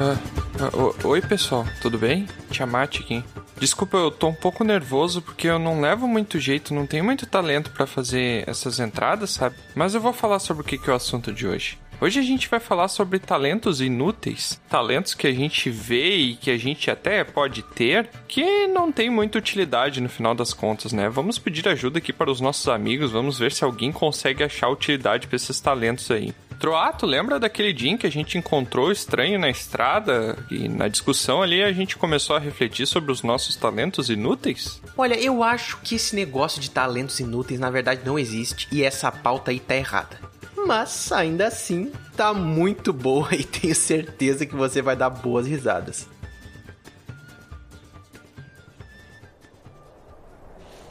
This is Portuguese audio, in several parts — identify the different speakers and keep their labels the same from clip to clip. Speaker 1: Ah, ah, o- oi, pessoal, tudo bem? Tiamat aqui. Desculpa, eu tô um pouco nervoso porque eu não levo muito jeito, não tenho muito talento pra fazer essas entradas, sabe? Mas eu vou falar sobre o que, que é o assunto de hoje. Hoje a gente vai falar sobre talentos inúteis, talentos que a gente vê e que a gente até pode ter, que não tem muita utilidade no final das contas, né? Vamos pedir ajuda aqui para os nossos amigos, vamos ver se alguém consegue achar utilidade para esses talentos aí. Troato, lembra daquele dia em que a gente encontrou o estranho na estrada e na discussão ali a gente começou a refletir sobre os nossos talentos inúteis?
Speaker 2: Olha, eu acho que esse negócio de talentos inúteis na verdade não existe e essa pauta aí tá errada. Mas ainda assim, tá muito boa e tenho certeza que você vai dar boas risadas.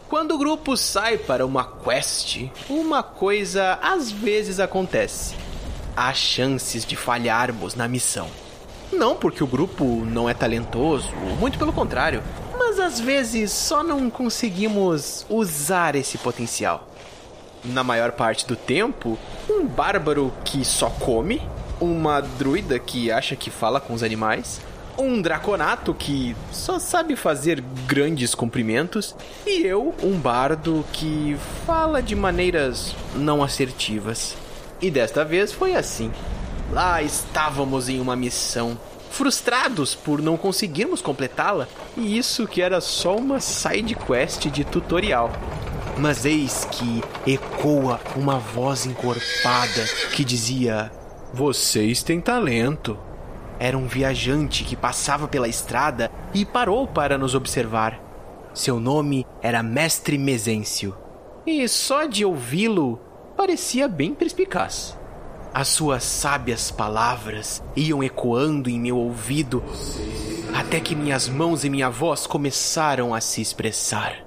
Speaker 2: Quando o grupo sai para uma quest, uma coisa às vezes acontece. Há chances de falharmos na missão. Não porque o grupo não é talentoso, muito pelo contrário, mas às vezes só não conseguimos usar esse potencial. Na maior parte do tempo, um bárbaro que só come, uma druida que acha que fala com os animais, um draconato que só sabe fazer grandes cumprimentos, e eu, um bardo que fala de maneiras não assertivas. E desta vez foi assim. Lá estávamos em uma missão, frustrados por não conseguirmos completá-la, e isso que era só uma side quest de tutorial. Mas eis que ecoa uma voz encorpada que dizia: Vocês têm talento. Era um viajante que passava pela estrada e parou para nos observar. Seu nome era Mestre Mesêncio. E só de ouvi-lo parecia bem perspicaz. As suas sábias palavras iam ecoando em meu ouvido até que minhas mãos e minha voz começaram a se expressar.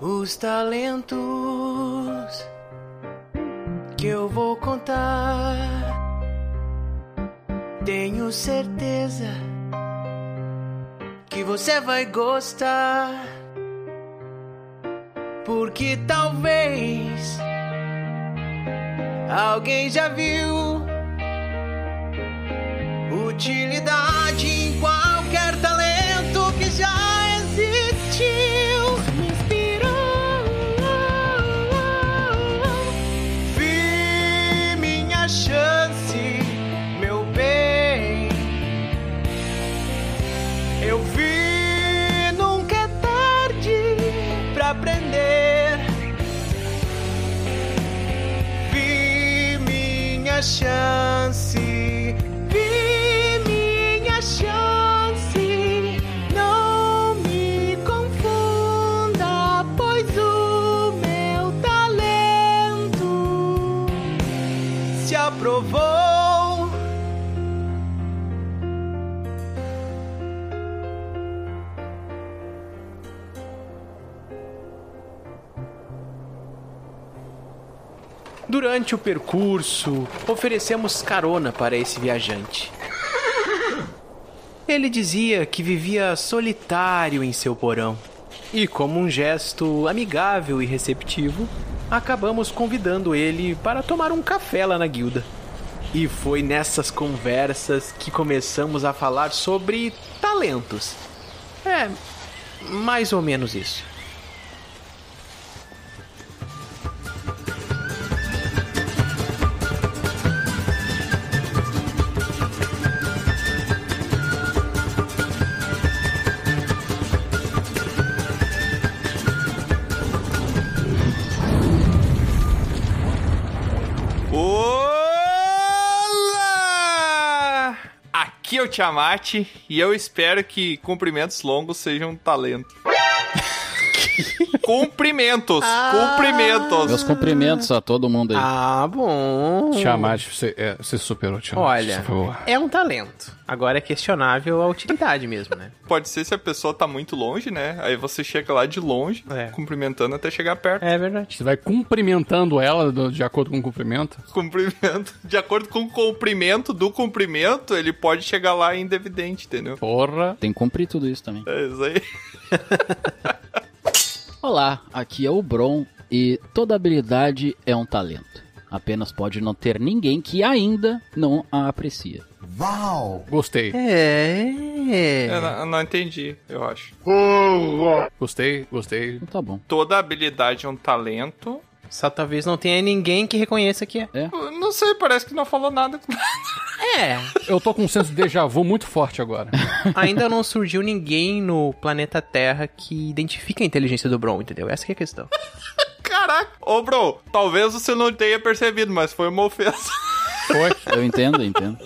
Speaker 2: Os talentos que eu vou contar. Tenho certeza que você vai gostar. Porque talvez alguém já viu utilidade em qualquer talento que já existiu. Me inspirou. Vi minha chance, meu bem. Eu vi nunca é tarde pra aprender. Vi minha chance. vi minha chance. Não me confunda, pois o meu talento se aprovou. Durante o percurso, oferecemos carona para esse viajante. Ele dizia que vivia solitário em seu porão. E, como um gesto amigável e receptivo, acabamos convidando ele para tomar um café lá na guilda. E foi nessas conversas que começamos a falar sobre talentos. É, mais ou menos isso.
Speaker 1: Olá! Aqui é o Tiamat e eu espero que cumprimentos longos sejam um talento. cumprimentos,
Speaker 3: Meus
Speaker 1: cumprimentos.
Speaker 3: cumprimentos a todo mundo aí.
Speaker 2: Ah, bom.
Speaker 4: Tiamat, você, é, você superou, Tiamat.
Speaker 2: Olha,
Speaker 4: por favor.
Speaker 2: é um talento. Agora é questionável a utilidade mesmo, né?
Speaker 1: Pode ser se a pessoa tá muito longe, né? Aí você chega lá de longe,
Speaker 2: É.
Speaker 1: cumprimentando até chegar perto.
Speaker 2: É verdade.
Speaker 4: Você vai cumprimentando ela do- de acordo com o cumprimento?
Speaker 1: Cumprimento. De acordo com o comprimento do cumprimento, ele pode chegar lá indevidente, entendeu?
Speaker 4: Porra.
Speaker 3: Tem que cumprir tudo isso também.
Speaker 1: É isso aí.
Speaker 3: Olá, aqui é o Bron e toda habilidade é um talento. Apenas pode não ter ninguém que ainda não a aprecia.
Speaker 4: Gostei.
Speaker 5: Eu,
Speaker 2: É.
Speaker 5: não- eu não entendi, eu acho.
Speaker 4: Gostei, gostei.
Speaker 3: Então tá bom.
Speaker 5: Toda habilidade é um talento.
Speaker 2: Só talvez não tenha ninguém que reconheça que é.
Speaker 5: Eu Não sei, parece que não falou nada.
Speaker 2: É.
Speaker 4: Eu tô com um senso de déjà vu muito forte agora.
Speaker 2: Ainda não surgiu ninguém no planeta Terra que identifique a inteligência do Bron, entendeu? Essa que é a questão.
Speaker 5: Caraca! Ô, bro, talvez você não tenha percebido, mas foi uma ofensa.
Speaker 4: Foi.
Speaker 3: Eu entendo, eu entendo.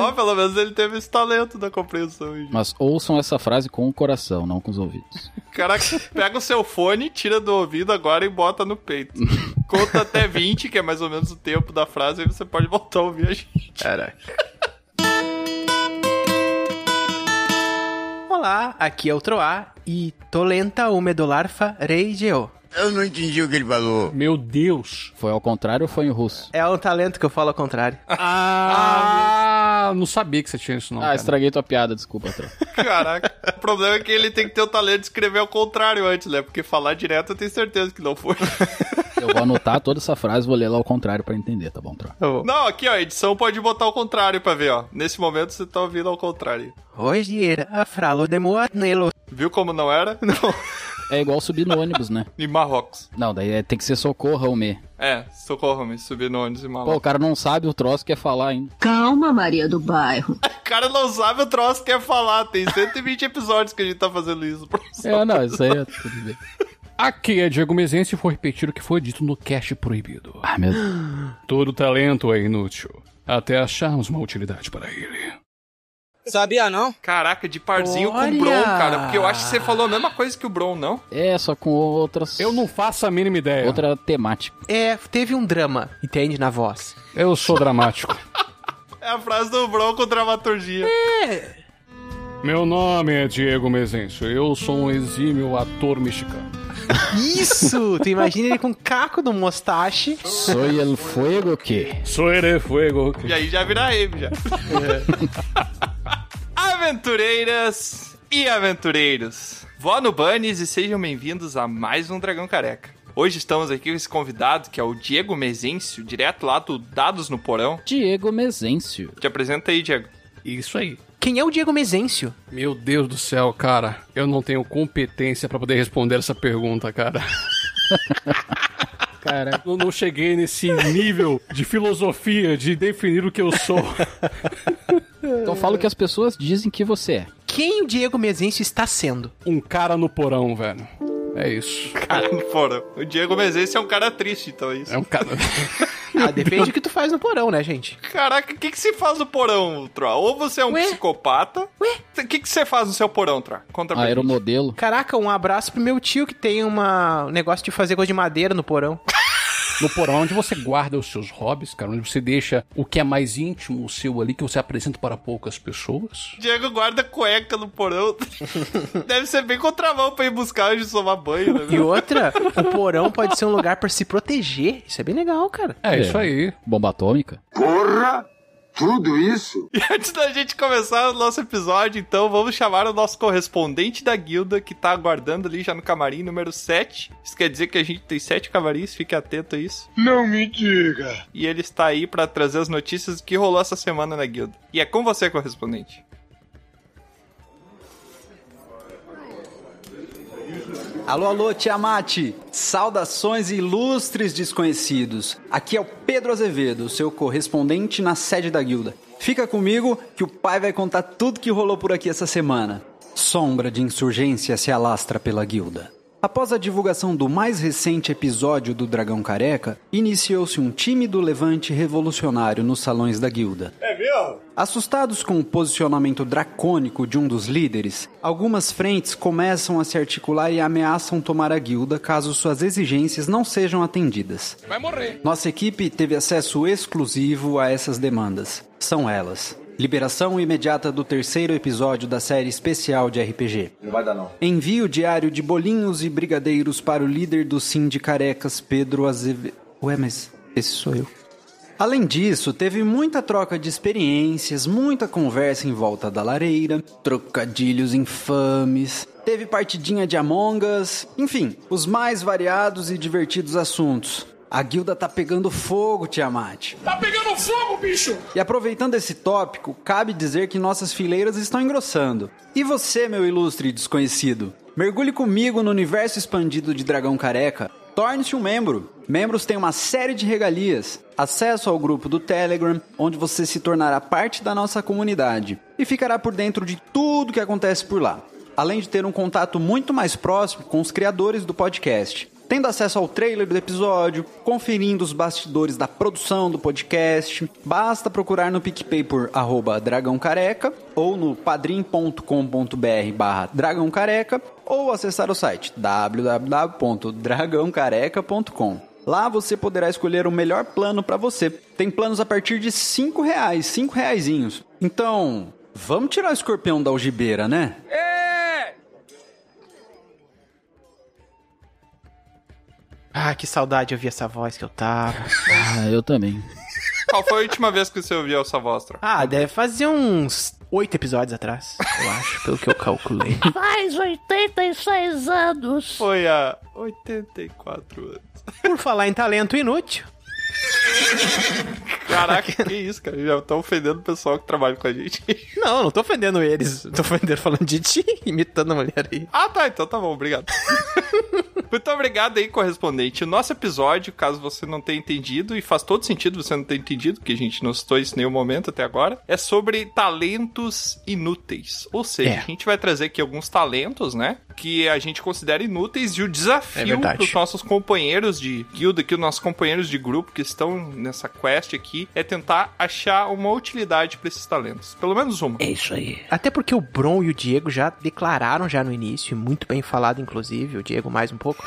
Speaker 5: Ó, pelo menos ele teve esse talento da compreensão. hein?
Speaker 3: Mas ouçam essa frase com o coração, não com os ouvidos.
Speaker 5: Caraca, pega o seu fone, tira do ouvido agora e bota no peito. Conta até 20, que é mais ou menos o tempo da frase, aí você pode voltar a ouvir a gente.
Speaker 2: Caraca. Olá, aqui é o Troá e Tolenta o Medolarfa Reigeo.
Speaker 6: Eu não entendi o que ele falou.
Speaker 4: Meu Deus.
Speaker 3: Foi ao contrário ou foi em russo?
Speaker 2: É um talento que eu falo ao contrário.
Speaker 4: Ah, não sabia que você tinha isso não,
Speaker 3: Ah,
Speaker 4: cara.
Speaker 3: estraguei tua piada, desculpa, Tro.
Speaker 5: Caraca. O problema é que ele tem que ter o talento de escrever ao contrário antes, né? Porque falar direto eu tenho certeza que não foi.
Speaker 3: Eu vou anotar toda essa frase, vou ler lá ao contrário pra entender, tá bom, Tro?
Speaker 5: Não, aqui, ó, a edição pode botar ao contrário pra ver, ó. Nesse momento você tá ouvindo ao contrário.
Speaker 2: Hoje era a fralo de Moanelo.
Speaker 5: Viu como não era? Não.
Speaker 3: É igual subir no ônibus, né?
Speaker 5: Em Marrocos.
Speaker 3: Não, daí é- tem que ser socorro, me.
Speaker 5: É, socorro-me, subir no ônibus em
Speaker 3: Pô, o
Speaker 5: Marrocos.
Speaker 3: cara não sabe o troço que é falar ainda.
Speaker 7: Calma, Maria do Bairro.
Speaker 5: O cara não sabe o troço que é falar. Tem 120 episódios que a gente tá fazendo isso.
Speaker 3: É, não, isso aí é tudo bem.
Speaker 4: Aqui é Diego Mezense e vou repetir o que foi dito no cast proibido.
Speaker 3: Ah, meu
Speaker 4: Todo talento é inútil, até acharmos uma utilidade para ele.
Speaker 8: Sabia não?
Speaker 5: Caraca, de parzinho com
Speaker 2: Olha!
Speaker 5: o Bron, cara. Porque eu acho que você falou a mesma coisa que o Bron, não?
Speaker 3: É, só com outras.
Speaker 4: Eu não faço a mínima ideia.
Speaker 3: Outra temática.
Speaker 2: É, teve um drama, entende? Na voz.
Speaker 4: Eu sou dramático.
Speaker 5: É a frase do Bron com dramaturgia.
Speaker 4: Meu nome é Diego Mezencio, eu sou um exímio ator mexicano.
Speaker 2: Isso! tu imagina ele com um caco do mostache.
Speaker 3: Sou el fuego que.
Speaker 4: Sou de fuego.
Speaker 5: E aí já vira M, já. Aventureiras e aventureiros. Vó no Bunnies e sejam bem-vindos a mais um Dragão Careca. Hoje estamos aqui com esse convidado que é o Diego Mezencio, direto lá do Dados no Porão.
Speaker 3: Diego Mezencio.
Speaker 5: Te apresenta aí, Diego.
Speaker 4: Isso aí.
Speaker 2: Quem é o Diego Mezencio?
Speaker 4: Meu Deus do céu, cara. Eu não tenho competência pra poder responder essa pergunta, cara.
Speaker 3: Cara,
Speaker 4: Eu não cheguei nesse nível de filosofia de definir o que eu sou.
Speaker 3: então fala o que as pessoas dizem que você é.
Speaker 2: Quem o Diego Mezencio está sendo?
Speaker 4: Um cara no porão, velho. É isso.
Speaker 5: Cara no Porão. O Diego Mezencio é um cara triste, então é isso.
Speaker 4: É um cara.
Speaker 2: Ah, depende do que tu faz no porão, né, gente?
Speaker 5: Caraca, o que, que se faz no porão, Troa? Ou você é um
Speaker 2: Ué?
Speaker 5: psicopata. O que, que você faz no seu porão, Troa?
Speaker 4: Ah,
Speaker 5: Conta pra gente.
Speaker 3: Aeromodelo.
Speaker 2: Caraca, um abraço pro meu tio que tem uma... um negócio de fazer coisa de madeira no porão.
Speaker 4: No porão onde você guarda os seus hobbies, cara, onde você deixa o que é mais íntimo, o seu ali, que você apresenta para poucas pessoas.
Speaker 5: Diego guarda cueca no porão. Deve ser bem contramão pra ir buscar antes de tomar banho, né?
Speaker 2: E
Speaker 5: meu?
Speaker 2: outra, o porão pode ser um lugar pra se proteger. Isso é bem legal, cara.
Speaker 4: É,
Speaker 3: É.
Speaker 4: isso aí.
Speaker 3: Bomba atômica.
Speaker 5: E antes da gente começar o nosso episódio, então, vamos chamar o nosso correspondente da guilda, que tá aguardando ali já no camarim número 7. Isso quer dizer que a gente tem 7 camarins, fique atento a isso.
Speaker 9: Não me diga.
Speaker 5: E ele está aí pra trazer as notícias do que rolou essa semana na guilda. E é com você, correspondente.
Speaker 10: Alô, alô, Tiamat! Saudações ilustres desconhecidos. Aqui é o Pedro Azevedo, seu correspondente na sede da guilda. Fica comigo que o pai vai contar tudo que rolou por aqui essa semana. Sombra de insurgência se alastra pela guilda. Após a divulgação do mais recente episódio do Dragão Careca, iniciou-se um tímido levante revolucionário nos salões da guilda. Assustados com o posicionamento dracônico de um dos líderes, algumas frentes começam a se articular e ameaçam tomar a guilda caso suas exigências não sejam atendidas.
Speaker 4: Vai morrer.
Speaker 10: Nossa equipe teve acesso exclusivo a essas demandas. São elas: liberação imediata do terceiro episódio da série especial de RPG. Não vai dar não. Envio diário de bolinhos e brigadeiros para o líder do Sindicarecas, Pedro Azevedo. Ué, mas esse sou eu. Além disso, teve muita troca de experiências, muita conversa em volta da lareira, trocadilhos infames, teve partidinha de Among Us, enfim, os mais variados e divertidos assuntos. A guilda tá pegando fogo, Tiamat.
Speaker 11: Tá pegando fogo, bicho!
Speaker 10: E aproveitando esse tópico, cabe dizer que nossas fileiras estão engrossando. E você, meu ilustre desconhecido? Mergulhe comigo no universo expandido de Dragão Careca. Torne-se um membro. Membros têm uma série de regalias. Acesso ao grupo do Telegram, onde você se tornará parte da nossa comunidade e ficará por dentro de tudo que acontece por lá. Além de ter um contato muito mais próximo com os criadores do podcast tendo acesso ao trailer do episódio, conferindo os bastidores da produção do podcast. Basta procurar no PicPay por arroba Dragão Careca ou no padrim.com.br barra Dragão Careca ou acessar o site www.dragãocareca.com. Lá você poderá escolher o melhor plano para você. Tem planos a partir de 5 reais, 5 reaisinhos. Então, vamos tirar o escorpião da algibeira, né?
Speaker 2: Ah, que saudade ouvir essa voz que eu tava.
Speaker 3: Ah, eu também.
Speaker 1: Qual foi a última vez que você ouviu essa vostra?
Speaker 2: Ah, deve fazer uns oito episódios atrás, eu acho, pelo que eu calculei.
Speaker 7: Faz 86 anos.
Speaker 1: Foi há 84 anos.
Speaker 2: Por falar em talento inútil,
Speaker 1: Caraca, que isso, cara? Já tá ofendendo o pessoal que trabalha com a gente.
Speaker 2: não, não tô ofendendo eles, tô ofendendo falando de ti, imitando a mulher aí.
Speaker 1: Ah, tá, então tá bom, obrigado. Muito obrigado aí, correspondente. O nosso episódio, caso você não tenha entendido, e faz todo sentido você não ter entendido, porque a gente não citou isso em nenhum momento até agora, é sobre talentos inúteis. Ou seja,
Speaker 2: É.
Speaker 1: a gente vai trazer aqui alguns talentos, né? Que a gente considera inúteis e o
Speaker 2: É
Speaker 1: desafio
Speaker 2: verdade.
Speaker 1: pros nossos companheiros de guilda, que os nossos companheiros de grupo que estão nessa quest aqui, é tentar achar uma utilidade pra esses talentos. Pelo menos uma.
Speaker 2: É. Até porque o Bron e o Diego já declararam já no início, e muito bem falado inclusive, o Diego mais um pouco,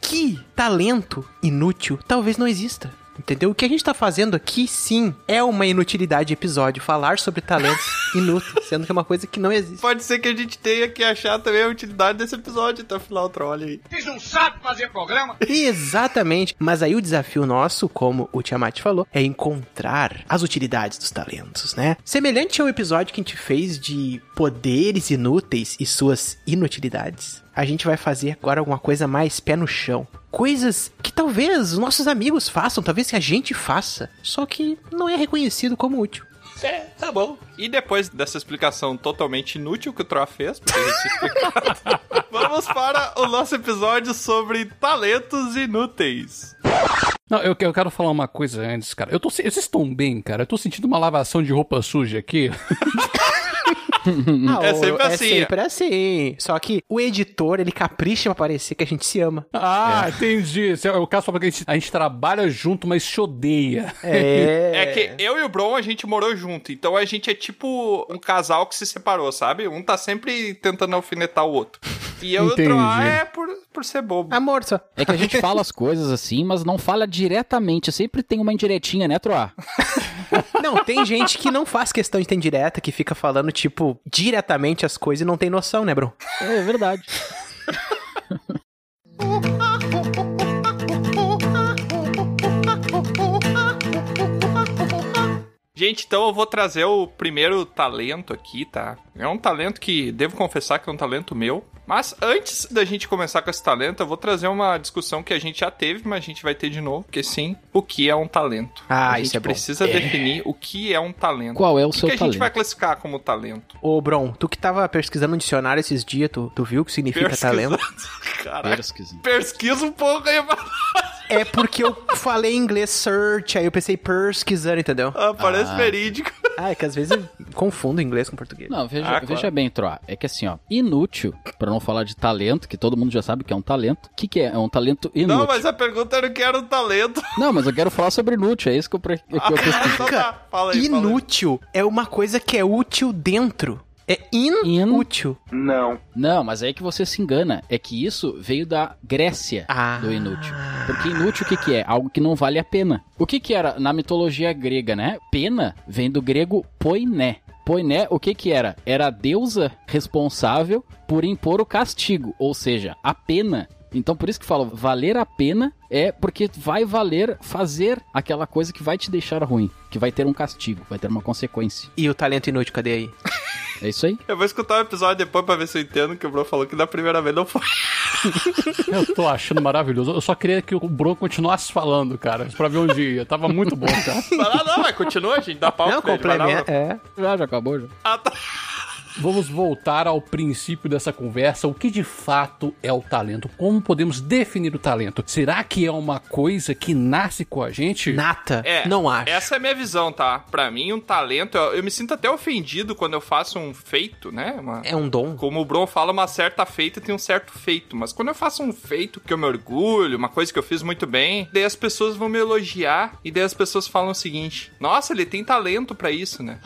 Speaker 2: que talento inútil talvez não exista. Entendeu? O que a gente tá fazendo aqui, sim, é uma inutilidade de episódio. Falar sobre talentos inúteis, sendo que é uma coisa que não existe.
Speaker 1: Pode ser que a gente tenha que achar também a utilidade desse episódio até o final, trolha aí.
Speaker 11: Vocês não sabem fazer programa?
Speaker 2: Exatamente. Mas aí o desafio nosso, como o Tiamat falou, é encontrar as utilidades dos talentos, né? Semelhante ao episódio que a gente fez de poderes inúteis e suas inutilidades, a gente vai fazer agora alguma coisa mais pé no chão. Coisas que talvez os nossos amigos façam, talvez que a gente faça, só que não é reconhecido como útil.
Speaker 1: É, tá bom. E depois dessa explicação totalmente inútil que o Troa fez, porque a gente tinha explicado, vamos para o nosso episódio sobre talentos inúteis.
Speaker 4: Não, eu, que- eu quero falar uma coisa antes, cara. Eu tô, se- vocês estão bem, cara? Eu tô sentindo uma lavação de roupa suja aqui.
Speaker 2: Ah,
Speaker 1: É
Speaker 2: ô,
Speaker 1: sempre assim,
Speaker 2: É sempre assim. Só que o editor, ele capricha pra parecer que a gente se ama.
Speaker 4: Ah, entendi. Esse É o caso só porque a gente, a gente trabalha junto, mas se odeia.
Speaker 1: É. que eu e o Bron, a gente morou junto, então a gente é tipo um casal que se separou, sabe? Um tá sempre tentando alfinetar o outro. E eu e o Troa
Speaker 4: Entendi.
Speaker 1: é por, por ser bobo.
Speaker 2: Amor, só.
Speaker 3: É que a gente fala as coisas assim, mas não fala diretamente. Sempre tem uma indiretinha, né, Troá?
Speaker 2: Não, tem gente que não faz questão de ter direta, que fica falando, tipo, diretamente as coisas e não tem noção, né, bro?
Speaker 3: É verdade.
Speaker 1: Gente, então eu vou trazer o primeiro talento aqui, tá? É um talento que devo confessar que é um talento meu. Mas antes da gente começar com esse talento, eu vou trazer uma discussão que a gente já teve, mas a gente vai ter de novo, porque sim, o que é um talento?
Speaker 2: Ah,
Speaker 1: a gente
Speaker 2: isso é bom.
Speaker 1: precisa definir o que é um talento.
Speaker 3: Qual é o
Speaker 1: o que,
Speaker 3: seu
Speaker 1: que a gente
Speaker 3: talento?
Speaker 1: vai classificar como talento?
Speaker 2: Ô, Bron, tu que tava pesquisando um dicionário esses dias, tu, tu viu o que significa talento?
Speaker 1: Caraca. Pesquisa um pouco aí, mano.
Speaker 2: É porque eu falei em inglês search, aí eu pensei pesquisando, entendeu?
Speaker 1: Ah, Parece verídico.
Speaker 2: Ah, é que às vezes eu confundo inglês com português.
Speaker 3: Não, veja,
Speaker 1: Ah, claro.
Speaker 3: veja bem, Troá. É que assim, ó, inútil, pra não falar de talento, que todo mundo já sabe que é um talento. O que, que é? É um talento inútil.
Speaker 1: Não, mas a pergunta era o que era um talento.
Speaker 3: Não, mas eu quero falar sobre inútil, é isso que eu, pre... que eu pesquisei.
Speaker 1: Então tá, fala aí, fala aí.
Speaker 2: Inútil é uma coisa que é útil dentro. É inútil.
Speaker 3: Não, mas é aí que você se engana. É que isso veio da Grécia
Speaker 2: Ah.
Speaker 3: do inútil. Porque inútil o que, que é? Algo que não vale a pena. O que, que era na mitologia grega, né? Pena vem do grego poiné. Poiné, o que que era? Era a deusa responsável por impor o castigo, ou seja, a pena. Então por isso que falo, valer a pena é porque vai valer fazer aquela coisa que vai te deixar ruim, que vai ter um castigo, vai ter uma consequência.
Speaker 2: E o talento inútil, cadê aí?
Speaker 3: É isso aí.
Speaker 1: Eu vou escutar o episódio depois pra ver se eu entendo que o Bruno falou que da primeira vez não foi.
Speaker 4: Eu tô achando maravilhoso. Eu só queria que o Bro continuasse falando, cara, pra ver onde ia. Tava muito bom, cara.
Speaker 1: Vai lá, não, mas continua, gente. Dá pau
Speaker 2: Não,
Speaker 1: pra ele, vai lá,
Speaker 2: complementa. É.
Speaker 3: Já, já acabou, já.
Speaker 4: Vamos voltar ao princípio dessa conversa. O que de fato é o talento? Como podemos definir o talento? Será que é uma coisa que nasce com a gente?
Speaker 2: Nata,
Speaker 1: É,
Speaker 2: não acho.
Speaker 1: Essa é a minha visão, tá? Pra mim, um talento. Eu, eu me sinto até ofendido quando eu faço um feito, né? Uma-
Speaker 2: É um dom.
Speaker 1: Como o Bron fala, uma certa feita tem um certo feito. Mas quando eu faço um feito que eu me orgulho, uma coisa que eu fiz muito bem, daí as pessoas vão me elogiar e daí as pessoas falam o seguinte: Nossa, ele tem talento pra isso, né?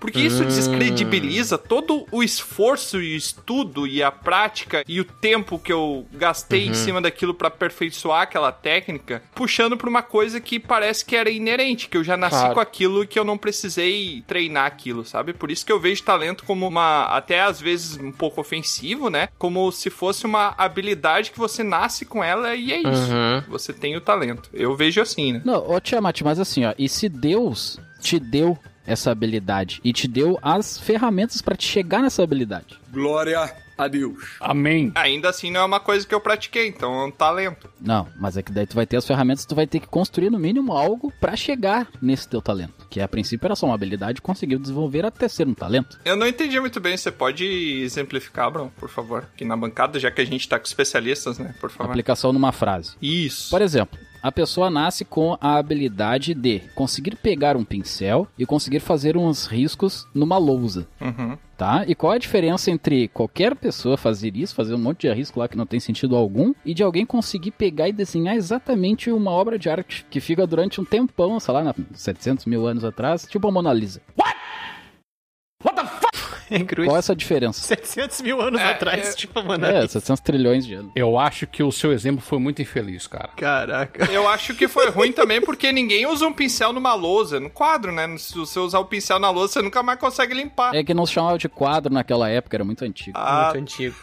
Speaker 1: Porque isso descredibiliza todo o esforço e o estudo e a prática e o tempo que eu gastei em cima daquilo pra aperfeiçoar aquela técnica, puxando pra uma coisa que parece que era inerente, que eu já nasci
Speaker 4: Claro.
Speaker 1: com aquilo e que eu não precisei treinar aquilo, sabe? Por isso que eu vejo talento como uma, até às vezes um pouco ofensivo, né? Como se fosse uma habilidade que você nasce com ela e é isso. Você tem o talento. Eu vejo assim, né?
Speaker 3: Não, ô Tiamat, mas assim, ó, e se Deus te deu essa habilidade e te deu as ferramentas pra te chegar nessa habilidade?
Speaker 12: Glória a Deus.
Speaker 4: Amém.
Speaker 1: Ainda assim, não é uma coisa que eu pratiquei, então é um talento.
Speaker 3: Não, mas é que daí tu vai ter as ferramentas, tu vai ter que construir no mínimo algo pra chegar nesse teu talento, que a princípio era só uma habilidade conseguiu desenvolver até ser um
Speaker 5: Tá
Speaker 3: talento.
Speaker 1: Eu não entendi muito bem. Você pode exemplificar, Bruno, por favor? Aqui na bancada, já que a gente tá com especialistas, né? Por favor.
Speaker 3: Aplicação numa
Speaker 2: Ah,
Speaker 3: frase.
Speaker 1: Isso.
Speaker 3: Por exemplo, a pessoa nasce com a habilidade de conseguir pegar um pincel e conseguir fazer uns riscos numa lousa.
Speaker 1: Uhum.
Speaker 3: Tá? E qual é a diferença entre qualquer pessoa fazer isso, fazer um monte de risco lá que não tem sentido algum, e de alguém conseguir pegar e desenhar exatamente uma obra de arte que fica durante um tempão, sei lá, na- 700 mil anos atrás, tipo a Mona Lisa?
Speaker 2: Cruz.
Speaker 3: Qual é essa diferença?
Speaker 2: 700 mil anos
Speaker 1: É,
Speaker 2: atrás,
Speaker 1: é.
Speaker 2: tipo, mano.
Speaker 3: É, 700 trilhões de anos.
Speaker 4: Eu acho que o seu exemplo foi muito infeliz, cara.
Speaker 2: Caraca.
Speaker 1: Eu acho que foi ruim também porque ninguém usa um pincel numa lousa, no quadro, né? Se você usar o pincel na lousa, você nunca mais consegue limpar.
Speaker 3: É que não se chamava de quadro naquela época, era muito antigo.
Speaker 1: Ah,
Speaker 2: Muito antigo.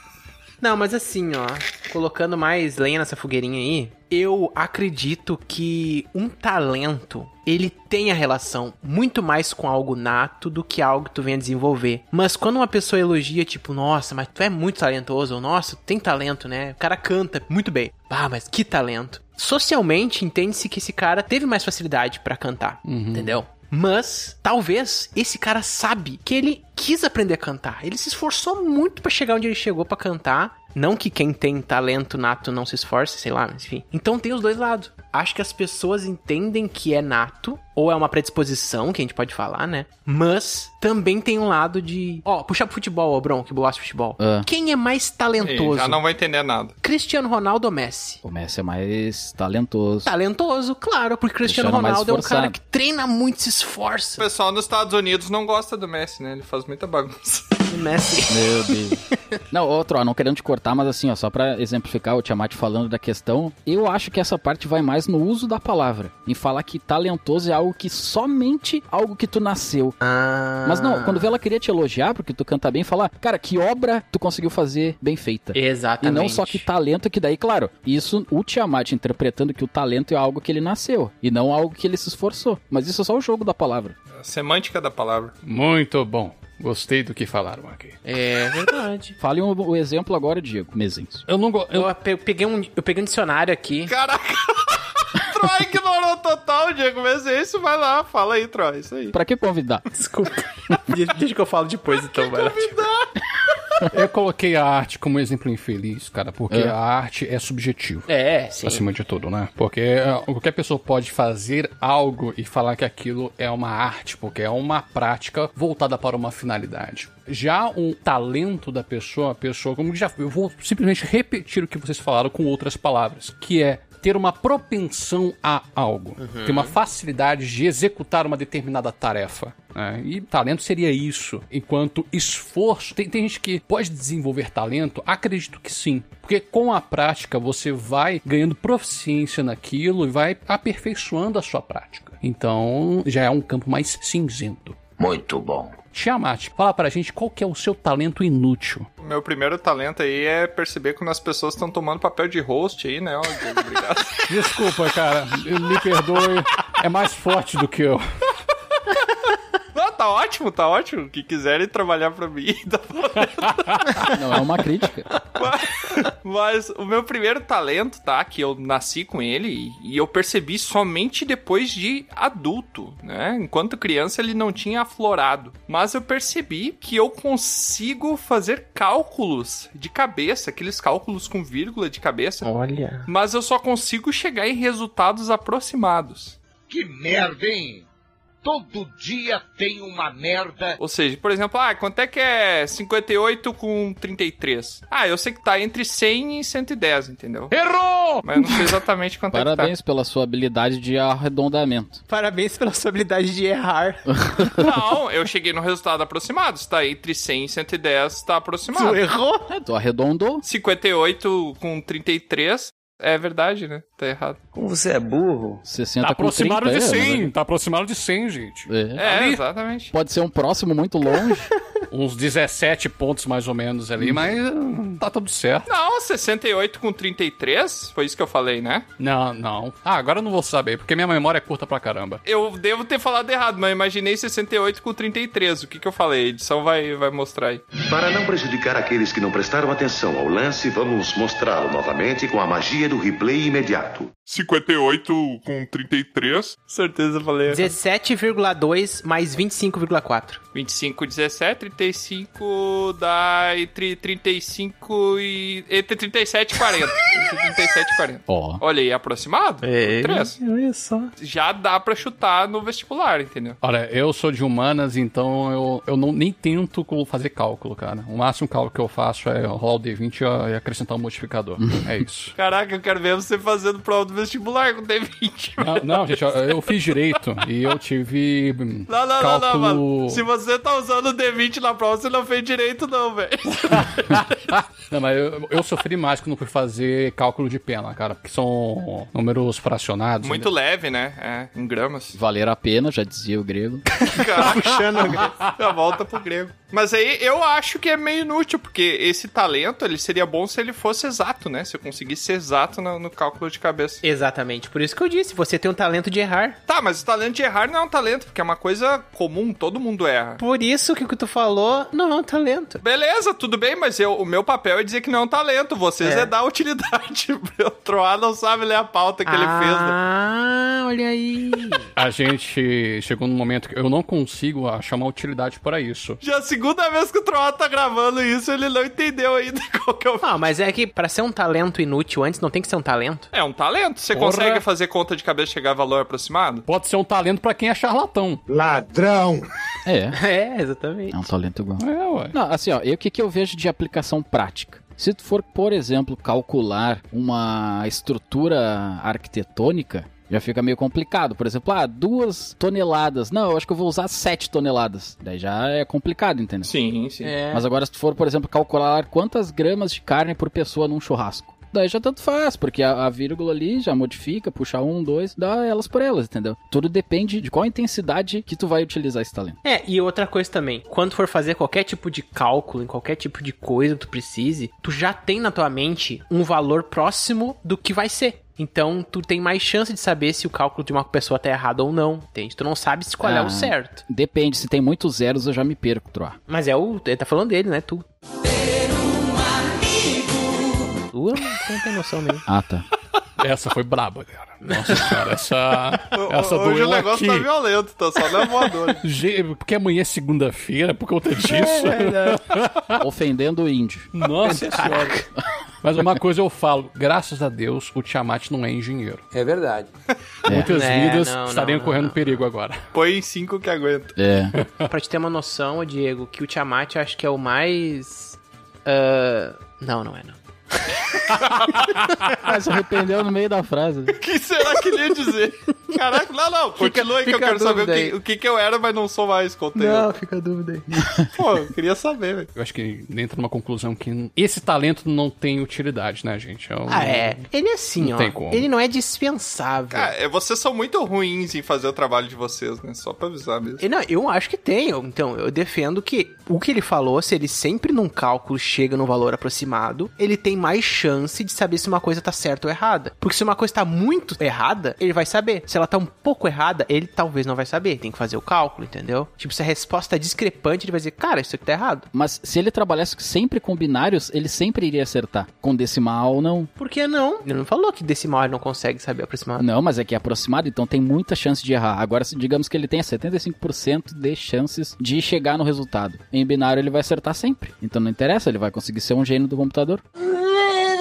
Speaker 2: Não, mas assim, ó, colocando mais lenha nessa fogueirinha aí, eu acredito que um talento, ele tem a relação muito mais com algo nato do que algo que tu venha desenvolver. Mas quando uma pessoa elogia, tipo, nossa, mas tu é muito talentoso, ou nossa, tu tem talento, né? O cara canta muito bem. Ah, mas que talento. Socialmente, entende-se que esse cara teve mais facilidade pra cantar, entendeu? Mas talvez esse cara sabe que ele quis aprender a cantar. Ele se esforçou muito pra chegar onde ele chegou pra cantar. Não que quem tem talento nato não se esforce, sei lá, mas enfim. Então tem os dois lados. Acho que as pessoas entendem que é nato, ou é uma predisposição, que a gente pode falar, né? Mas também tem um lado de. Ó, puxar pro futebol, ô Bron, que gosta de futebol.
Speaker 3: Ah.
Speaker 2: Quem é mais
Speaker 1: e
Speaker 2: talentoso?
Speaker 1: já não vai entender nada.
Speaker 2: Cristiano Ronaldo ou Messi?
Speaker 3: O Messi é mais talentoso.
Speaker 2: Talentoso, claro, porque Cristiano
Speaker 3: Cristiano mais
Speaker 2: Ronaldo é um cara
Speaker 3: esforçado.
Speaker 2: que treina muito, se
Speaker 1: O
Speaker 2: esforça.
Speaker 1: pessoal nos Estados Unidos não gosta do Messi, né? Ele faz muita bagunça.
Speaker 2: Messi.
Speaker 3: Meu Deus. Não, outro, ó, não querendo te cortar, mas assim, ó, só pra exemplificar o Tiamat falando da questão, eu acho que essa parte vai mais no uso da palavra. Em falar que talentoso é algo que somente algo que tu nasceu.
Speaker 2: Ah.
Speaker 3: Mas não, quando vê ela queria te elogiar, porque tu canta bem, falar, cara, que obra tu conseguiu fazer bem feita. E
Speaker 2: Exatamente.
Speaker 3: não só que
Speaker 2: tá-
Speaker 3: talento, que daí, claro, isso o Tiamat interpretando que o talento é algo que ele nasceu, e não algo que ele se esforçou. Mas isso é só o jogo da palavra.
Speaker 1: A semântica da palavra.
Speaker 4: Muito bom. Gostei do que falaram aqui.
Speaker 2: É verdade.
Speaker 3: Fale um- o exemplo agora, Diego, Mesinhos.
Speaker 4: Eu não gosto.
Speaker 2: Eu pe- peguei um, eu peguei um dicionário aqui.
Speaker 1: Caraca! Troy ignorou total, Diego. Mas é isso, vai lá. Fala aí, Troy. Isso aí.
Speaker 3: Pra que convidar?
Speaker 2: Desculpa. deixa, deixa que eu falo depois, então, vai lá.
Speaker 4: Eu coloquei a arte como um exemplo infeliz, cara, porque a arte é subjetiva.
Speaker 2: É, sim.
Speaker 4: Acima de tudo, né? Porque ah, qualquer pessoa pode fazer algo e falar que aquilo é uma arte, porque é uma prática voltada para uma finalidade. Já o talento da pessoa, a pessoa, como já eu vou simplesmente repetir o que vocês falaram com outras palavras, que é ter uma propensão a algo, ter uma facilidade de executar uma determinada tarefa. né? E talento seria isso. Enquanto esforço, tem, tem gente que pode desenvolver talento? Acredito que sim. Porque com a prática você vai ganhando proficiência naquilo e vai aperfeiçoando a sua prática. Então já é um campo mais cinzento.
Speaker 13: Muito bom.
Speaker 4: Tiamat, fala pra gente qual que é o seu talento inútil.
Speaker 1: Meu primeiro talento aí é perceber quando as pessoas estão tomando papel de host aí, né? Ó, Diego, obrigado.
Speaker 4: Desculpa, cara, me perdoe. É mais forte do que eu.
Speaker 1: Não, tá ótimo, tá ótimo. Que quiserem trabalhar pra mim, tá valendo.
Speaker 3: Não é uma crítica.
Speaker 1: Mas, mas, o meu primeiro talento, tá? Que eu nasci com ele e, eu percebi somente depois de adulto, né? Enquanto criança ele não tinha aflorado. Mas eu percebi que eu consigo fazer cálculos de cabeça, aqueles cálculos com vírgula de cabeça.
Speaker 2: Olha.
Speaker 1: Mas eu só consigo chegar em resultados aproximados.
Speaker 11: Que merda, hein? Todo dia tem uma merda.
Speaker 1: Ou seja, por exemplo, ah, quanto é que é 58 com 33? Ah, eu sei que tá entre 100 e 110, entendeu?
Speaker 4: Errou!
Speaker 1: Mas eu não sei exatamente quanto
Speaker 3: Parabéns
Speaker 1: é Parabéns
Speaker 3: tá. pela sua habilidade de arredondamento.
Speaker 2: Parabéns pela sua habilidade de errar.
Speaker 1: não, eu cheguei no resultado aproximado. Está entre 100 e 110, está aproximado.
Speaker 2: Tu errou?
Speaker 3: É, tu arredondou.
Speaker 1: 58 com 33 é verdade, né? Tá errado.
Speaker 10: Como você é burro.
Speaker 3: 60
Speaker 4: tá aproximado
Speaker 3: 30,
Speaker 4: de 100. É, né? Tá aproximado de 100, gente.
Speaker 1: É, é exatamente.
Speaker 3: né? Pode ser um próximo muito longe.
Speaker 4: Uns 17 pontos mais ou menos ali, mas tá tudo certo.
Speaker 1: Não, 68 com 33? Foi isso que eu falei, né?
Speaker 4: Não, não. Ah, agora eu não vou saber, porque minha memória é curta pra caramba.
Speaker 1: Eu devo ter falado errado, mas imaginei 68 com 33. O que que eu falei? A edição vai, vai mostrar aí.
Speaker 14: Para não prejudicar aqueles que não prestaram atenção ao lance, vamos mostrá-lo novamente com a magia do replay imediato.
Speaker 15: 58 com 33.
Speaker 1: Certeza falei.
Speaker 2: 17,2 mais 25,4.
Speaker 1: 25, 17, 35 dá entre 35 e. entre 37 e 40. entre 37 e 40.
Speaker 3: Oh.
Speaker 1: Olha aí, aproximado?
Speaker 2: É, olha só.
Speaker 1: Já dá pra chutar no vestibular, entendeu?
Speaker 4: Olha, eu sou de humanas, então eu, eu não, nem tento fazer cálculo, cara. O máximo cálculo que eu faço é rolar o D20 e acrescentar um modificador. é isso.
Speaker 1: Caraca, eu quero ver você fazendo prova do vestibular com D20.
Speaker 4: Não, não gente, eu, eu, fiz direito e eu tive.
Speaker 1: Não, não, cálculo... não, não, mano. Se você tá usando o D20 na prova, você não fez direito, não, velho.
Speaker 4: não, mas eu, eu, sofri mais quando fui fazer cálculo de pena, cara, porque são números fracionados.
Speaker 1: Muito né? leve, né? É, em gramas.
Speaker 3: Valer a pena, já dizia o grego.
Speaker 1: Caraca, puxando a volta pro grego. Mas aí eu acho que é meio inútil, porque esse talento ele seria bom se ele fosse exato, né? Se eu conseguisse ser exato no, no cálculo de cabeça.
Speaker 2: Exatamente. Por isso que eu disse, você tem um talento de errar.
Speaker 1: Tá, mas o talento de errar não é um talento, porque é uma coisa comum, todo mundo erra.
Speaker 2: Por isso que o que tu falou não é um talento.
Speaker 1: Beleza, tudo bem, mas eu, o meu papel é dizer que não é um talento. Vocês é, é dar utilidade. o Troar não sabe ler a pauta que
Speaker 2: ah,
Speaker 1: ele fez.
Speaker 2: Ah, né? olha aí.
Speaker 4: a gente chegou num momento que eu não consigo achar uma utilidade para isso.
Speaker 1: Já é a segunda vez que o Troar tá gravando isso, ele não entendeu ainda qual que é o...
Speaker 2: Ah, mas é que para ser um talento inútil antes, não tem que ser um talento.
Speaker 1: É um talento. Você Porra. consegue fazer conta de cabeça chegar a valor aproximado?
Speaker 4: Pode ser um talento para quem é charlatão.
Speaker 12: Ladrão!
Speaker 3: É.
Speaker 2: É, exatamente.
Speaker 3: É um talento igual.
Speaker 4: É, ué.
Speaker 3: Não, assim, ó, o que, que eu vejo de aplicação prática? Se tu for, por exemplo, calcular uma estrutura arquitetônica, já fica meio complicado. Por exemplo, ah, duas toneladas. Não, eu acho que eu vou usar sete toneladas. Daí já é complicado, entendeu?
Speaker 1: Sim, sim. É.
Speaker 3: Mas agora, se tu for, por exemplo, calcular quantas gramas de carne por pessoa num churrasco daí já tanto faz, porque a, a, vírgula ali já modifica, puxa um, dois, dá elas por elas, entendeu? Tudo depende de qual intensidade que tu vai utilizar esse talento.
Speaker 2: É, e outra coisa também, quando for fazer qualquer tipo de cálculo, em qualquer tipo de coisa que tu precise, tu já tem na tua mente um valor próximo do que vai ser. Então, tu tem mais chance de saber se o cálculo de uma pessoa tá errado ou não, entende? Tu não sabe escolher ah, o certo.
Speaker 3: Depende, se tem muitos zeros eu já me perco, Troar.
Speaker 2: Mas é o... Ele tá falando dele, né? Tu. Lua não tem noção mesmo.
Speaker 3: Ah, tá.
Speaker 4: Essa foi braba, cara. Nossa senhora, essa. essa
Speaker 1: Hoje
Speaker 4: doeu
Speaker 1: o negócio
Speaker 4: aqui. tá
Speaker 1: violento, tá só na voadora.
Speaker 4: porque amanhã é segunda-feira, por conta disso.
Speaker 3: É, Ofendendo o índio.
Speaker 4: Nossa senhora. Mas uma coisa eu falo, graças a Deus, o Tiamat não é engenheiro.
Speaker 10: É verdade.
Speaker 4: É. Muitas é, vidas não, estariam não, correndo não, perigo agora.
Speaker 1: Põe cinco que aguenta.
Speaker 3: É.
Speaker 2: pra te ter uma noção, Diego, que o Tiamat acho que é o mais. Uh... Não, não é não.
Speaker 3: Mas Ah, se arrependeu no meio da frase.
Speaker 1: O que será que ele ia dizer? Caraca, não, não. Continua aí que eu quero saber o que, o que, que eu era, mas não sou mais. Contei.
Speaker 2: Não, fica a dúvida aí.
Speaker 1: Pô, eu queria saber, velho.
Speaker 4: Eu acho que entra numa conclusão que esse talento não tem utilidade, né, gente?
Speaker 2: Eu, ah, é. Ele é assim, ó. Ele não é dispensável.
Speaker 1: Cara, Ah, é, vocês são muito ruins em fazer o trabalho de vocês, né? Só pra avisar mesmo.
Speaker 2: E não, eu acho que tem. Então, eu defendo que o que ele falou, se ele sempre num cálculo chega no valor aproximado, ele tem mais mais chance de saber se uma coisa tá certa ou errada. Porque se uma coisa tá muito errada, ele vai saber. Se ela tá um pouco errada, ele talvez não vai saber. Tem que fazer o cálculo, entendeu? Tipo, se a resposta é discrepante, ele vai dizer, cara, isso aqui tá errado.
Speaker 3: Mas se ele trabalhasse sempre com binários, ele sempre iria acertar. Com decimal, não.
Speaker 2: Por que não? Ele não falou que decimal ele não consegue saber aproximar.
Speaker 3: Não, mas é que é aproximado, então tem muita chance de errar. Agora, se- digamos que ele tenha 75% de chances de chegar no resultado. Em binário, ele vai acertar sempre. Então não interessa, ele vai conseguir ser um gênio do computador.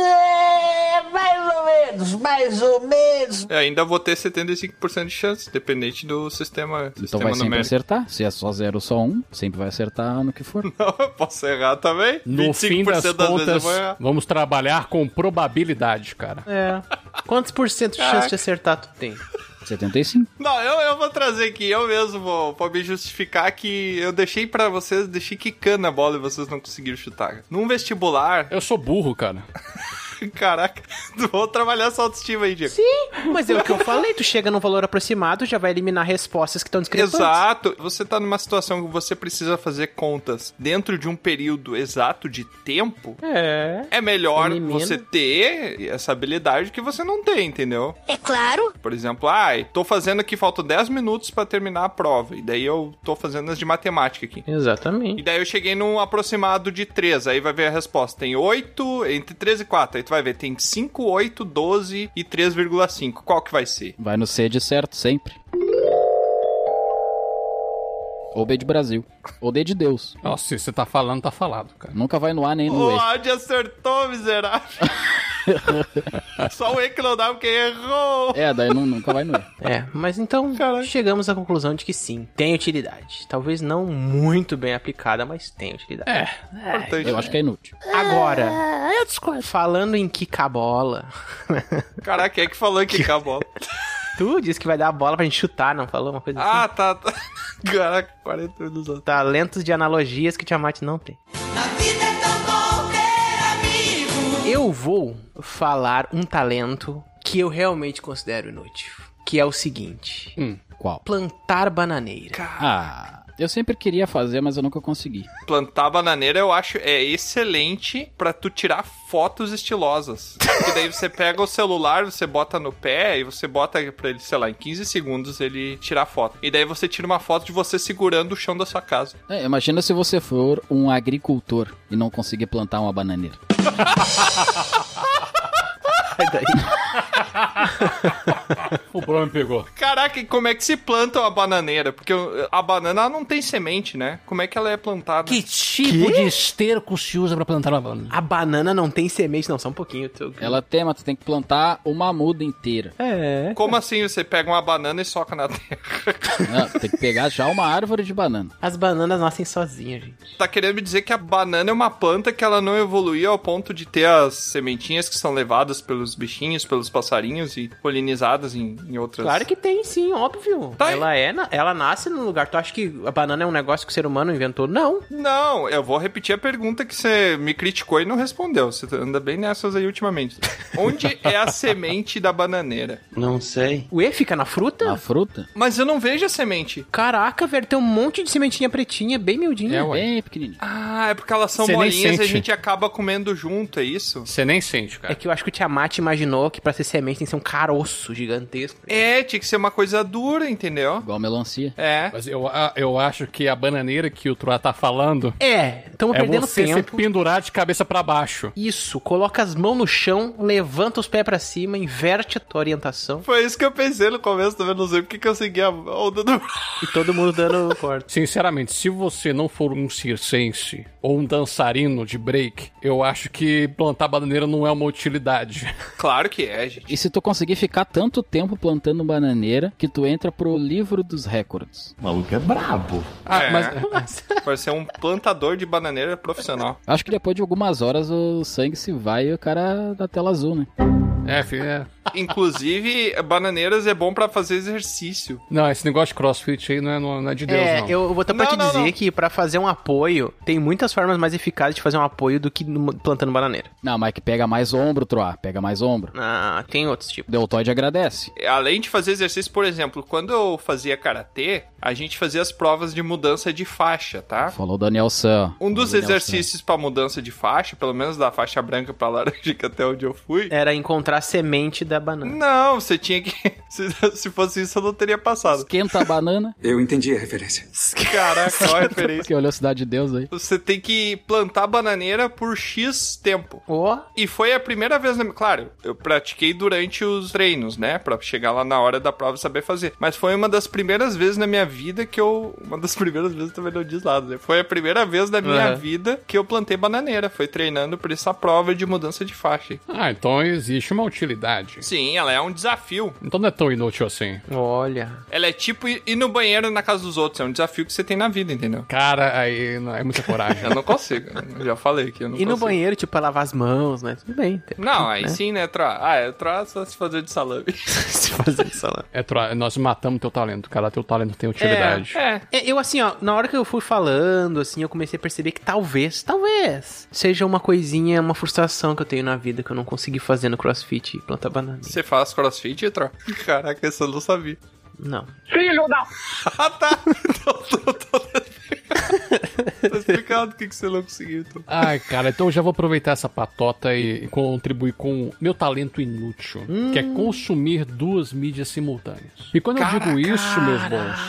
Speaker 7: É, mais ou menos, mais ou menos.
Speaker 5: Eu ainda vou ter 75% de chance, dependente do sistema,
Speaker 3: Então
Speaker 5: sistema
Speaker 3: vai sempre
Speaker 5: numérico.
Speaker 3: acertar. Se é só 0 ou só 1, um, sempre vai acertar no que for.
Speaker 5: Eu posso errar também.
Speaker 4: No
Speaker 5: 25%
Speaker 4: fim das
Speaker 5: vezes eu
Speaker 4: contas,
Speaker 5: vou errar.
Speaker 4: vamos trabalhar com probabilidade, cara.
Speaker 2: É. Quantos por cento de
Speaker 5: Caraca.
Speaker 2: chance de acertar tu tem?
Speaker 3: 75.
Speaker 5: Não, eu, eu vou trazer aqui, eu mesmo vou, pra me justificar que eu deixei pra vocês, deixei quicando a bola e vocês não conseguiram chutar. Num vestibular.
Speaker 4: Eu sou burro, cara.
Speaker 5: Caraca, vou trabalhar essa autoestima aí, Diego.
Speaker 2: Sim, mas é o que eu falei, tu chega num valor aproximado, já vai eliminar respostas que estão discrepantes.
Speaker 5: Exato. Você tá numa situação que você precisa fazer contas dentro de um período exato de tempo.
Speaker 2: É.
Speaker 5: É melhor
Speaker 2: Elimina.
Speaker 5: você ter essa habilidade que você não tem, entendeu?
Speaker 7: É claro.
Speaker 5: Por exemplo, ai, tô fazendo aqui, faltam 10 minutos pra terminar a prova. E daí eu tô fazendo as de matemática aqui.
Speaker 2: Exatamente.
Speaker 5: E daí eu cheguei num aproximado de 3, aí vai ver a resposta. Tem 8, entre 3 e 4. Aí tu vai ver, tem 5, 8, 12 e 3,5. Qual que vai ser?
Speaker 3: Vai no C de certo, sempre. Ou B de Brasil. Ou D de Deus.
Speaker 4: Nossa, se você tá falando, tá falado, cara.
Speaker 3: Nunca vai no A nem no
Speaker 5: O
Speaker 3: E.
Speaker 5: Audi acertou, miserável. Só o E que não dá porque errou.
Speaker 3: É, daí nu- nunca vai no E.
Speaker 2: É, mas então chegamos à conclusão de que sim, tem utilidade. Talvez não muito bem aplicada, mas tem utilidade.
Speaker 4: É,
Speaker 5: Importante.
Speaker 3: Eu acho que é inútil.
Speaker 2: Agora,
Speaker 7: Ah, eu discordo.
Speaker 2: falando em quicar bola,
Speaker 5: Caraca, quem é que falou que a bola?
Speaker 2: tu disse que vai dar a bola pra gente chutar, não falou uma coisa
Speaker 5: Ah, tá. tá. Caraca, 40 minutos.
Speaker 2: assim? Talentos de analogias que o Tiamat não tem. Eu vou falar um talento que eu realmente considero inútil, que é o seguinte:
Speaker 4: Hum.
Speaker 3: Qual?
Speaker 2: plantar bananeira.
Speaker 3: Ah, eu sempre queria fazer, mas eu nunca consegui.
Speaker 5: Plantar bananeira eu acho é excelente pra tu tirar fotos estilosas. Porque daí você pega o celular, você bota no pé e você bota pra ele, sei lá, em 15 segundos ele tirar foto. E daí você tira uma foto de você segurando o chão da sua casa.
Speaker 3: É, imagina se você for um agricultor e não conseguir plantar uma bananeira.
Speaker 2: Sai daí.
Speaker 4: O Bruno me pegou.
Speaker 5: Caraca, e como é que se planta uma bananeira? Porque a banana ela não tem semente, né? Como é que ela é plantada?
Speaker 4: Que tipo de esterco se usa pra plantar uma banana?
Speaker 2: A banana não tem semente, não, só um pouquinho. Tu...
Speaker 3: Ela tem, mas tu tem que plantar uma muda inteira.
Speaker 2: É.
Speaker 5: Como assim você pega uma banana e soca na terra?
Speaker 3: Não, Né? tem que pegar já uma árvore de banana.
Speaker 2: As bananas nascem sozinhas, gente.
Speaker 5: tá querendo me dizer que a banana é uma planta que ela não evoluiu ao ponto de ter as sementinhas que são levadas pelos bichinhos, pelos passarinhos e polinizadas em, em outras.
Speaker 2: Claro que tem, sim, óbvio.
Speaker 5: Tá aí.
Speaker 2: ela é, na- ela nasce no lugar. Tu acha que a banana é um negócio que o ser humano inventou? Não.
Speaker 5: Não, eu vou repetir a pergunta que você me criticou e não respondeu. Você anda bem nessas aí ultimamente. Onde é a semente da bananeira?
Speaker 16: Não sei.
Speaker 2: O E fica na fruta?
Speaker 3: A fruta?
Speaker 5: Mas eu não vejo a semente.
Speaker 2: Caraca, velho, tem um monte de sementinha pretinha, bem miudinha.
Speaker 4: É, ué.
Speaker 3: Bem pequenininha.
Speaker 5: Ah, é porque elas são
Speaker 4: Você nem
Speaker 5: molinhas e a
Speaker 4: sente.
Speaker 5: gente acaba comendo junto, é isso?
Speaker 4: Você nem sente,
Speaker 2: É
Speaker 4: cara.
Speaker 2: que eu acho que o Tiamat imaginou que pra ser semente tem que ser um caroço gigantesco.
Speaker 5: É, tinha que ser uma coisa dura, entendeu?
Speaker 3: Igual melancia.
Speaker 5: É.
Speaker 4: Mas eu, a- eu acho que a bananeira que o Troá tá falando
Speaker 2: É, estamos
Speaker 4: é
Speaker 2: perdendo
Speaker 4: você
Speaker 2: tempo.
Speaker 4: se pendurar de cabeça pra baixo.
Speaker 2: Isso, coloca as mãos no chão, levanta os pés pra cima, inverte a tua orientação
Speaker 5: Foi isso que eu pensei no começo, também não sei porque que eu segui a onda do...
Speaker 2: e todo mundo dando corte.
Speaker 4: Sinceramente, se você não for um circense ou um dançarino de break, eu acho que plantar bananeira não é uma utilidade.
Speaker 5: Claro que é, gente.
Speaker 3: E se tu conseguir ficar tanto tempo plantando bananeira que tu entra pro livro dos recordes?
Speaker 5: Ah, é.
Speaker 4: mas-
Speaker 5: Pode ser um plantador de bananeira profissional.
Speaker 3: Acho que depois de algumas horas o sangue se vai e o cara da tela azul, né?
Speaker 4: É, filho, é.
Speaker 1: Inclusive, bananeiras é bom pra fazer exercício.
Speaker 4: Não, esse negócio de crossfit aí não é, não é de Deus,
Speaker 2: é,
Speaker 4: não.
Speaker 2: eu vou até pra
Speaker 4: Não,
Speaker 2: te
Speaker 4: não,
Speaker 2: dizer
Speaker 4: não.
Speaker 2: que pra fazer um apoio, tem muitas formas mais eficazes de fazer um apoio do que numa- plantando bananeira.
Speaker 3: Não, mas é que pega mais ombro, Troá. Pega mais ombro.
Speaker 2: Ah, tem outros tipos.
Speaker 3: Deltoide agradece.
Speaker 1: Além de fazer exercício, por exemplo, quando eu fazia karatê, a gente fazia as provas de mudança de faixa, tá?
Speaker 3: Falou Daniel Sam.
Speaker 1: Um dos
Speaker 3: Daniel Sam.
Speaker 1: exercícios pra mudança de faixa, pelo menos da faixa branca pra laranja, que até onde eu fui.
Speaker 2: Era encontrar semente da banana.
Speaker 1: Não, você tinha que. Se, se fosse isso, eu não teria passado.
Speaker 3: Esquenta a banana.
Speaker 12: Eu entendi a referência.
Speaker 1: Caraca, olha a referência.
Speaker 3: Que olhou Cidade de Deus aí.
Speaker 1: Você tem que plantar bananeira por X tempo. E foi a primeira vez, na... mi- claro, eu pratiquei durante os treinos, né, Pra chegar lá na hora da prova e saber fazer. Mas foi uma das primeiras vezes na minha vida que eu, uma das primeiras vezes também não diz nada, né? Foi a primeira vez da minha
Speaker 4: Uhum.
Speaker 1: vida que eu plantei bananeira, foi treinando pra essa prova de mudança de faixa.
Speaker 4: Ah, então existe uma utilidade.
Speaker 1: Sim, ela é um desafio.
Speaker 4: Então não é tão inútil assim.
Speaker 2: Olha.
Speaker 1: Ela é tipo ir ir no banheiro na casa dos outros, é um desafio que você tem na vida, entendeu?
Speaker 4: Cara, aí não- é muita coragem.
Speaker 1: Eu não consigo, eu já falei que eu não
Speaker 2: E no
Speaker 1: consigo.
Speaker 2: banheiro, tipo, pra lavar as mãos, né? Tudo bem. tem-
Speaker 1: Não, aí
Speaker 2: né?
Speaker 1: sim, né, Troa? Ah, é Troa só se fazer de salame.
Speaker 2: se fazer né? de salame.
Speaker 4: É, Troá, nós matamos teu talento, cara. Teu talento tem utilidade.
Speaker 1: É,
Speaker 2: é, eu assim, ó, na hora que eu fui falando, assim, eu comecei a perceber que talvez, talvez, seja uma coisinha, uma frustração que eu tenho na vida que eu não consegui fazer no crossfit e plantar banana.
Speaker 1: Você faz crossfit, Troa? Caraca, essa eu não sabia.
Speaker 2: Não.
Speaker 1: Filho da... ah, tá. Então, tô, tô... tô explicado o que, que você não conseguiu, então.
Speaker 4: Ai, cara, então eu já vou aproveitar essa patota e contribuir com meu talento inútil, que é consumir duas mídias simultâneas. E quando
Speaker 17: Hum. Cara,
Speaker 4: eu digo isso, meus bons,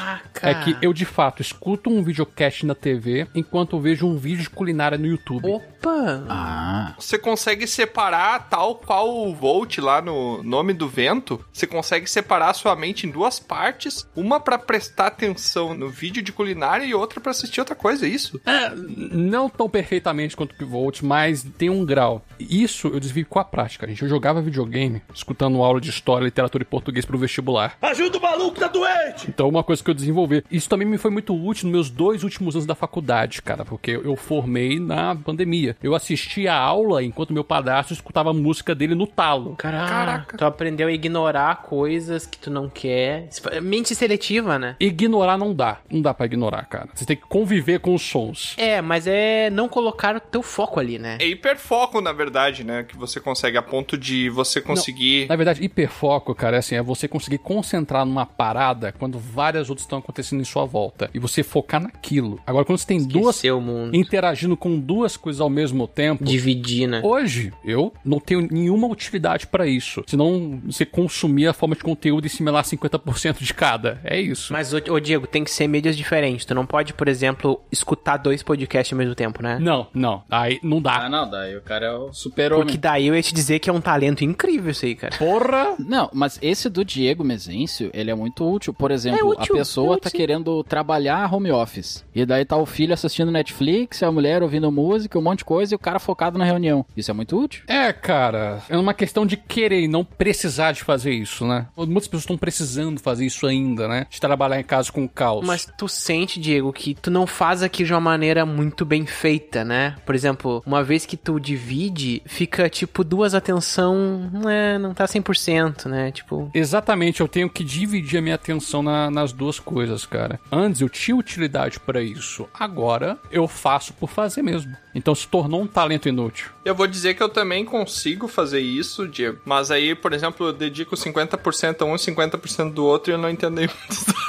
Speaker 4: é que eu de fato escuto um videocast na TV enquanto eu vejo um vídeo de culinária no YouTube.
Speaker 2: Opa!
Speaker 3: Ah.
Speaker 1: Você consegue separar, tal qual o Volt lá no Nome do Vento, você consegue separar a sua mente em duas partes, uma pra prestar atenção no vídeo de culinária e outra pra assistir outra coisa, é isso?
Speaker 4: É, não tão perfeitamente quanto o Pivolt, mas tem um grau. Isso eu desvio com a prática, gente. Eu jogava videogame, escutando aula de história, literatura e português pro vestibular.
Speaker 17: Ajuda o maluco, tá doente!
Speaker 4: Então, uma coisa que eu desenvolvi. Isso também me foi muito útil nos meus dois últimos anos da faculdade, cara, porque eu formei na pandemia. Eu assisti a aula enquanto meu padrasto escutava a música dele no talo.
Speaker 2: Caraca. Tu aprendeu a ignorar coisas que tu não quer. Isso fa- Mente seletiva, né?
Speaker 4: Ignorar não dá. Não dá pra ignorar, cara. Você tem que conviver com os sons.
Speaker 2: É, mas é não colocar o teu foco ali, né?
Speaker 1: É hiperfoco, na verdade, né? Que você consegue a ponto de você conseguir
Speaker 4: Na verdade, hiperfoco, cara, é assim, é você conseguir concentrar numa parada quando várias outras estão acontecendo em sua volta. E você focar naquilo. Agora, quando você tem duas.
Speaker 2: o mundo.
Speaker 4: Interagindo com duas coisas ao mesmo tempo.
Speaker 2: Dividir, né?
Speaker 4: Hoje, eu não tenho nenhuma utilidade pra isso. Senão, você consumir a forma de conteúdo e similar 50% de cada. É isso.
Speaker 2: Mas, ô, ô, Diego, tem que ser mídias diferentes. Tu não pode, por exemplo, escutar dois podcasts ao mesmo tempo, né?
Speaker 4: Não, não. Aí não dá.
Speaker 3: Ah, não, daí o cara é o
Speaker 2: Porque
Speaker 3: super-homem.
Speaker 2: daí eu ia te dizer que é um talento incrível isso aí, cara.
Speaker 4: Porra!
Speaker 3: Não, mas esse do Diego Mezencio, ele é muito útil. Por exemplo,
Speaker 2: útil,
Speaker 3: a
Speaker 2: é
Speaker 3: pessoa
Speaker 2: útil,
Speaker 3: tá
Speaker 2: sim.
Speaker 3: querendo trabalhar home office. E daí tá o filho assistindo Netflix, a mulher ouvindo música, um monte de coisa, e o cara focado na reunião. Isso é muito útil.
Speaker 4: É, cara, é uma questão de querer e não precisar de fazer isso, né? Muitas pessoas estão precisando fazer isso ainda, né? De trabalhar em casa com o caos.
Speaker 2: Mas tu sente, Diego, que tu não faz aqui de uma maneira muito bem feita, né? Por exemplo, uma vez que tu divide, fica tipo duas atenção, né? Não tá 100%, né? Tipo,
Speaker 4: Exatamente, eu tenho que dividir a minha atenção na- nas duas coisas, cara. Antes eu tinha utilidade pra isso, agora eu faço por fazer mesmo. Então se tornou um talento inútil.
Speaker 1: Eu vou dizer que eu também consigo fazer isso, Diego. Mas aí, por exemplo, eu dedico 50% a um e 50% do outro e eu não entendo nem